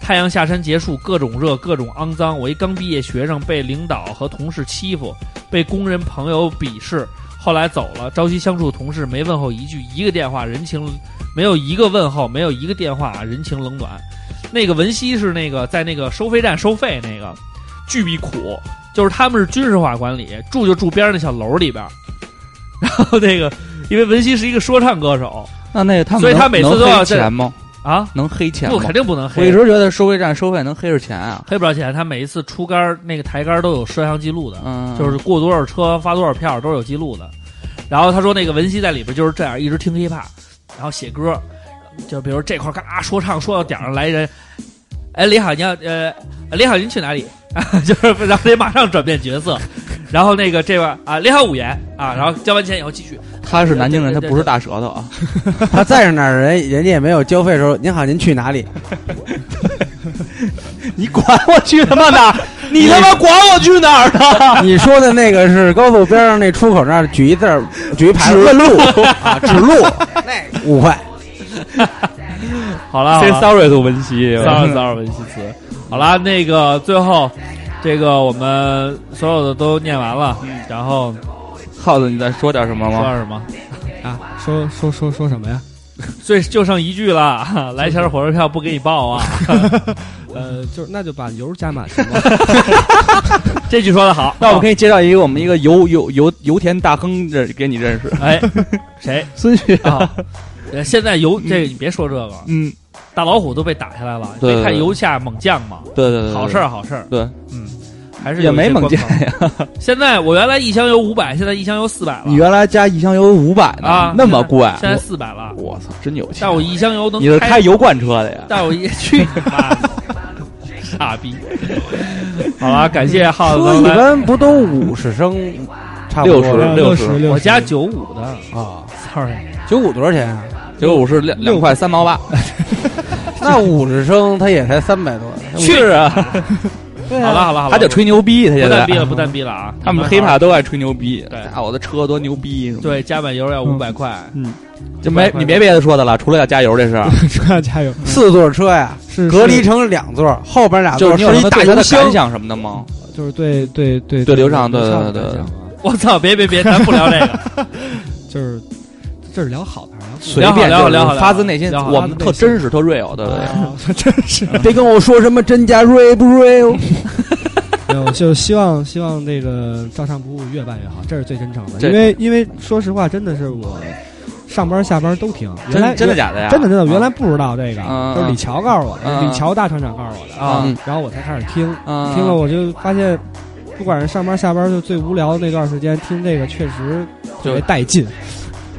S4: 太阳下山结束，各种热，各种肮脏。我一刚毕业学生被领导和同事欺负，被工人朋友鄙视，后来走了，朝夕相处的同事没问候一句，一个电话人情没有一个问候，没有一个电话人情冷暖。那个文熙是那个在那个收费站收费那个，巨逼苦，就是他们是军事化管理，住就住边上那小楼里边儿。然后那个，因为文熙是一个说唱歌手
S5: 那那个他们
S4: 所以
S5: 能
S4: 他每次都要
S5: 能
S4: 在
S5: 黑钱吗？
S4: 啊，
S5: 能黑钱
S4: 不
S5: 吗？
S4: 肯定不能
S5: 我一
S4: 黑，
S5: 直觉得收费站收费能黑着钱啊。
S4: 黑不了钱。他每一次出杆儿那个抬杆儿都有摄像记录的，
S5: 嗯，
S4: 就是过多少车发多少票都是有记录的。然后他说那个文熙在里边就是这样，一直听 hiphop，然后写歌，就比如这块儿嘎说唱说到点儿上来一人，哎李好你要呃李好您去哪里？ 就是然后得马上转变角色，然后那个这边啊李好五言啊，然后交完钱以后继续，
S5: 他是南京人，他不是大舌头啊。
S3: 他在那儿人人家也没有交费的时候，您好，您去哪里？
S1: 你管我去他妈哪儿？你他妈管我去哪儿 呢？
S3: 你说的那个是高速边上那出口那儿举一字儿举一牌子问 路啊，指路，那五块。
S4: 好了，好了
S5: sorry to 文熙
S4: 骚扰骚扰文西词。好啦，那个最后，这个我们所有的都念完了，然后
S5: 耗子，你再说点什么
S4: 说
S5: 吗？
S4: 点什么？
S6: 啊，说说说说什么呀？
S4: 最就剩一句了， 来钱火车票不给你报啊！
S6: 呃，就是那就把油加满行 吗？
S4: 这句说的好，哦
S5: 那我可以介绍一个我们一个油油油油田大亨认给你认识，
S4: 哎，谁
S5: 孙旭
S4: 啊？呃现在油这个你别说这个，
S5: 嗯，
S4: 大老虎都被打下来了，
S5: 对
S4: 没看
S5: 对对
S4: 油价猛降吗？
S5: 对对对，对
S4: 好事，儿，好事儿，
S5: 对，
S4: 嗯，还是
S5: 也
S4: 有一些
S5: 没猛见
S4: 关口。
S5: 呀。
S4: 现在我原来一箱油五百，现在一箱油四百
S5: 你
S4: 了，
S5: 原来加一箱油五百呢，
S4: 啊
S5: 那么贵，
S4: 现在四百了，
S5: 我我操，真有钱
S4: 但！我一箱油能
S5: 你是
S4: 开
S5: 开油罐车的呀？
S4: 带 我爷去你妈的！傻逼！好了，感谢耗子
S3: 车
S4: 能
S3: 一
S4: 来，
S3: 般不都五十升，差不多
S5: 60
S3: 吗
S5: 哦六十
S6: 十六
S4: 我
S6: 十，
S4: 家九五的
S3: 啊？
S4: ，sorry，
S3: 九五多少钱啊？
S5: 九五是两两块三毛八，
S3: 那五十升它也才三百多。
S5: 是啊，
S4: 好了好了好了，
S5: 他就吹牛逼，他
S4: 不
S5: 现在嗯
S4: 蛋逼了不蛋逼了啊！
S5: 他们
S4: 你
S5: 黑
S4: 好
S5: 怕都爱吹牛逼，
S4: 对
S5: 啊，我的车多牛逼，
S4: 对加满油要五百块，
S5: 嗯就没你别别的说的了，除了要加油这事儿，
S6: 说要加油，
S3: 四座车呀，
S6: 是
S3: 隔离，成两座，后边俩
S5: 就
S3: 座
S5: 是你有什
S3: 一
S5: 么
S3: 大
S5: 对他
S3: 油
S5: 的
S3: 箱
S5: 感。想什么的吗？
S6: 是就是对对对
S5: 对刘畅
S6: 对
S5: 对
S6: 畅
S5: 对
S6: 的
S5: 对
S6: 感想啊
S4: 我操！别别别，咱不聊这 个，
S6: 就是这是聊好的还是
S5: 随便
S4: 聊好
S5: 就是
S4: 聊好聊好
S5: 发自内心，
S4: 聊好
S5: 我们特真实特 real 的
S6: 聊不
S5: 对
S6: 好？
S5: 对
S6: 啊真是
S3: 别跟我说什么真假瑞不瑞哦。
S6: 没有，就希望希望那个照常不误，越办越好，这是最真诚的。
S5: 这
S6: 因为因为说实话，真的是我上班下班都听，原来
S5: 真真的假的呀？
S6: 真的真的，原来不知道这个，
S5: 啊
S6: 就是李乔告诉我的，
S5: 啊
S6: 李乔大厂长告诉我的
S5: 啊嗯
S6: 然后我才开始听，
S5: 啊
S6: 听了我就发现，不管是上班下班，就最无聊的那段时间听这个，确实特别带劲。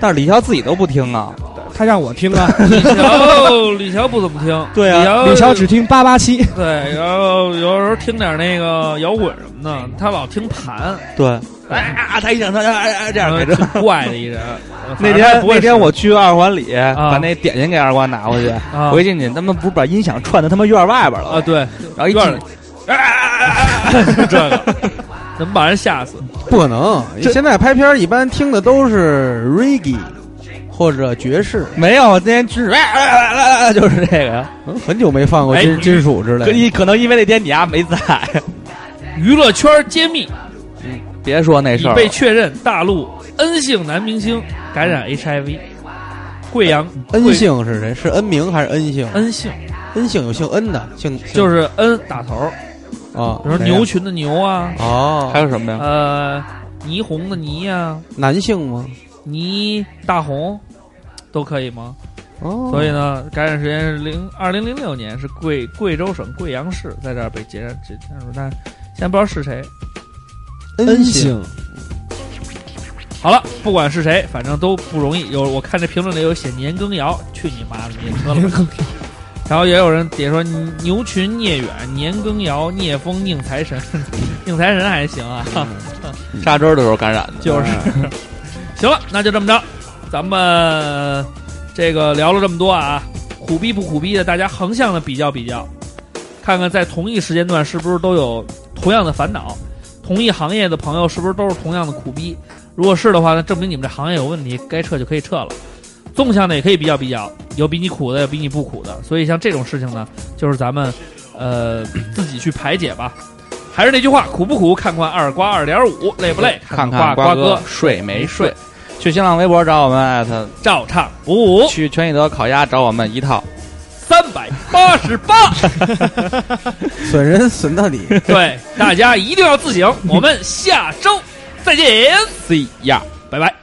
S5: 但是李潇自己都不听啊，
S6: 他让我听啊，
S4: 李乔李乔不怎么听，
S5: 对啊
S4: 啊
S6: 李乔只听八八七，
S4: 对，然后有时候听点那个摇滚什么的，他老听盘，
S5: 对，哎啊，他一想他哎哎这样给
S4: 嗯
S5: 这。
S4: 挺怪的一人。
S5: 那
S4: 反正他
S5: 天
S4: 不会
S5: 那天我去二环里，
S4: 啊
S5: 把那点心给二瓜拿回去，
S4: 啊
S5: 回进去他们不是把音响串到他们院外边了，
S4: 啊， 对，
S5: 然后一
S4: 院
S5: 进
S4: 里，哎哎哎哎哎，这个怎么把人吓死？
S3: 不可能，现在拍片儿一般听的都是 reggae 或者爵士，
S5: 没有，那天去哎哎哎哎哎，就是这个呀。
S3: 嗯很久没放过
S4: 哎
S3: 金金属之类
S5: 可
S3: 的。
S5: 你可能因为那天你丫没在，
S4: 娱乐圈揭秘，
S5: 别说那
S4: 已
S5: 事儿了，
S4: 被确认大陆 N 姓男明星感染 HIV，贵阳
S3: N 姓是谁？是 N 名还是 N 姓
S4: N 姓
S3: N 姓有姓 N 的，姓
S4: 就是是 N 打头，
S3: 啊，
S4: 比如说
S3: 谁呀
S4: 牛群的牛啊，
S5: 还
S3: 哦，
S5: 有什么呀？
S4: 呃，霓虹的霓啊，
S3: 男性吗？
S4: 倪大红。都可以吗？
S3: 哦，
S4: 所以呢，感染时间是零二零零六年，是贵贵州省贵阳市，在这儿被截然截然出，但是现在不知道是谁。
S3: N 姓，
S4: 好了，不管是谁，反正都不容易。有我看这评论里有写年羹尧，去你妈的，你也喝了吧。然后也有人也说牛群、聂远、年羹尧、聂风、宁财神， 宁财神还行啊，
S5: 扎针儿的时候感染的，
S4: 就是。行了，那就这么着，咱们这个聊了这么多啊，苦逼不苦逼的，大家横向的比较比较，看看在同一时间段是不是都有同样的烦恼，同一行业的朋友是不是都是同样的苦逼？如果是的话，那证明你们这行业有问题，该撤就可以撤了。纵向的也可以比较比较，有比你苦的，有比你不苦的。所以像这种事情呢，就是咱们呃自己去排解吧。还是那句话，苦不苦看看二瓜二点五，累不累
S5: 看
S4: 看
S5: 看
S4: 瓜嗯
S5: 哥睡没睡。去新浪微博找我们艾特，
S4: 照唱不误。
S5: 去全聚德烤鸭找我们一套。
S4: 三百八十八。
S3: 损人损到底。
S4: 对，大家一定要自省。我们下周再见，
S5: C 呀。
S4: 拜拜。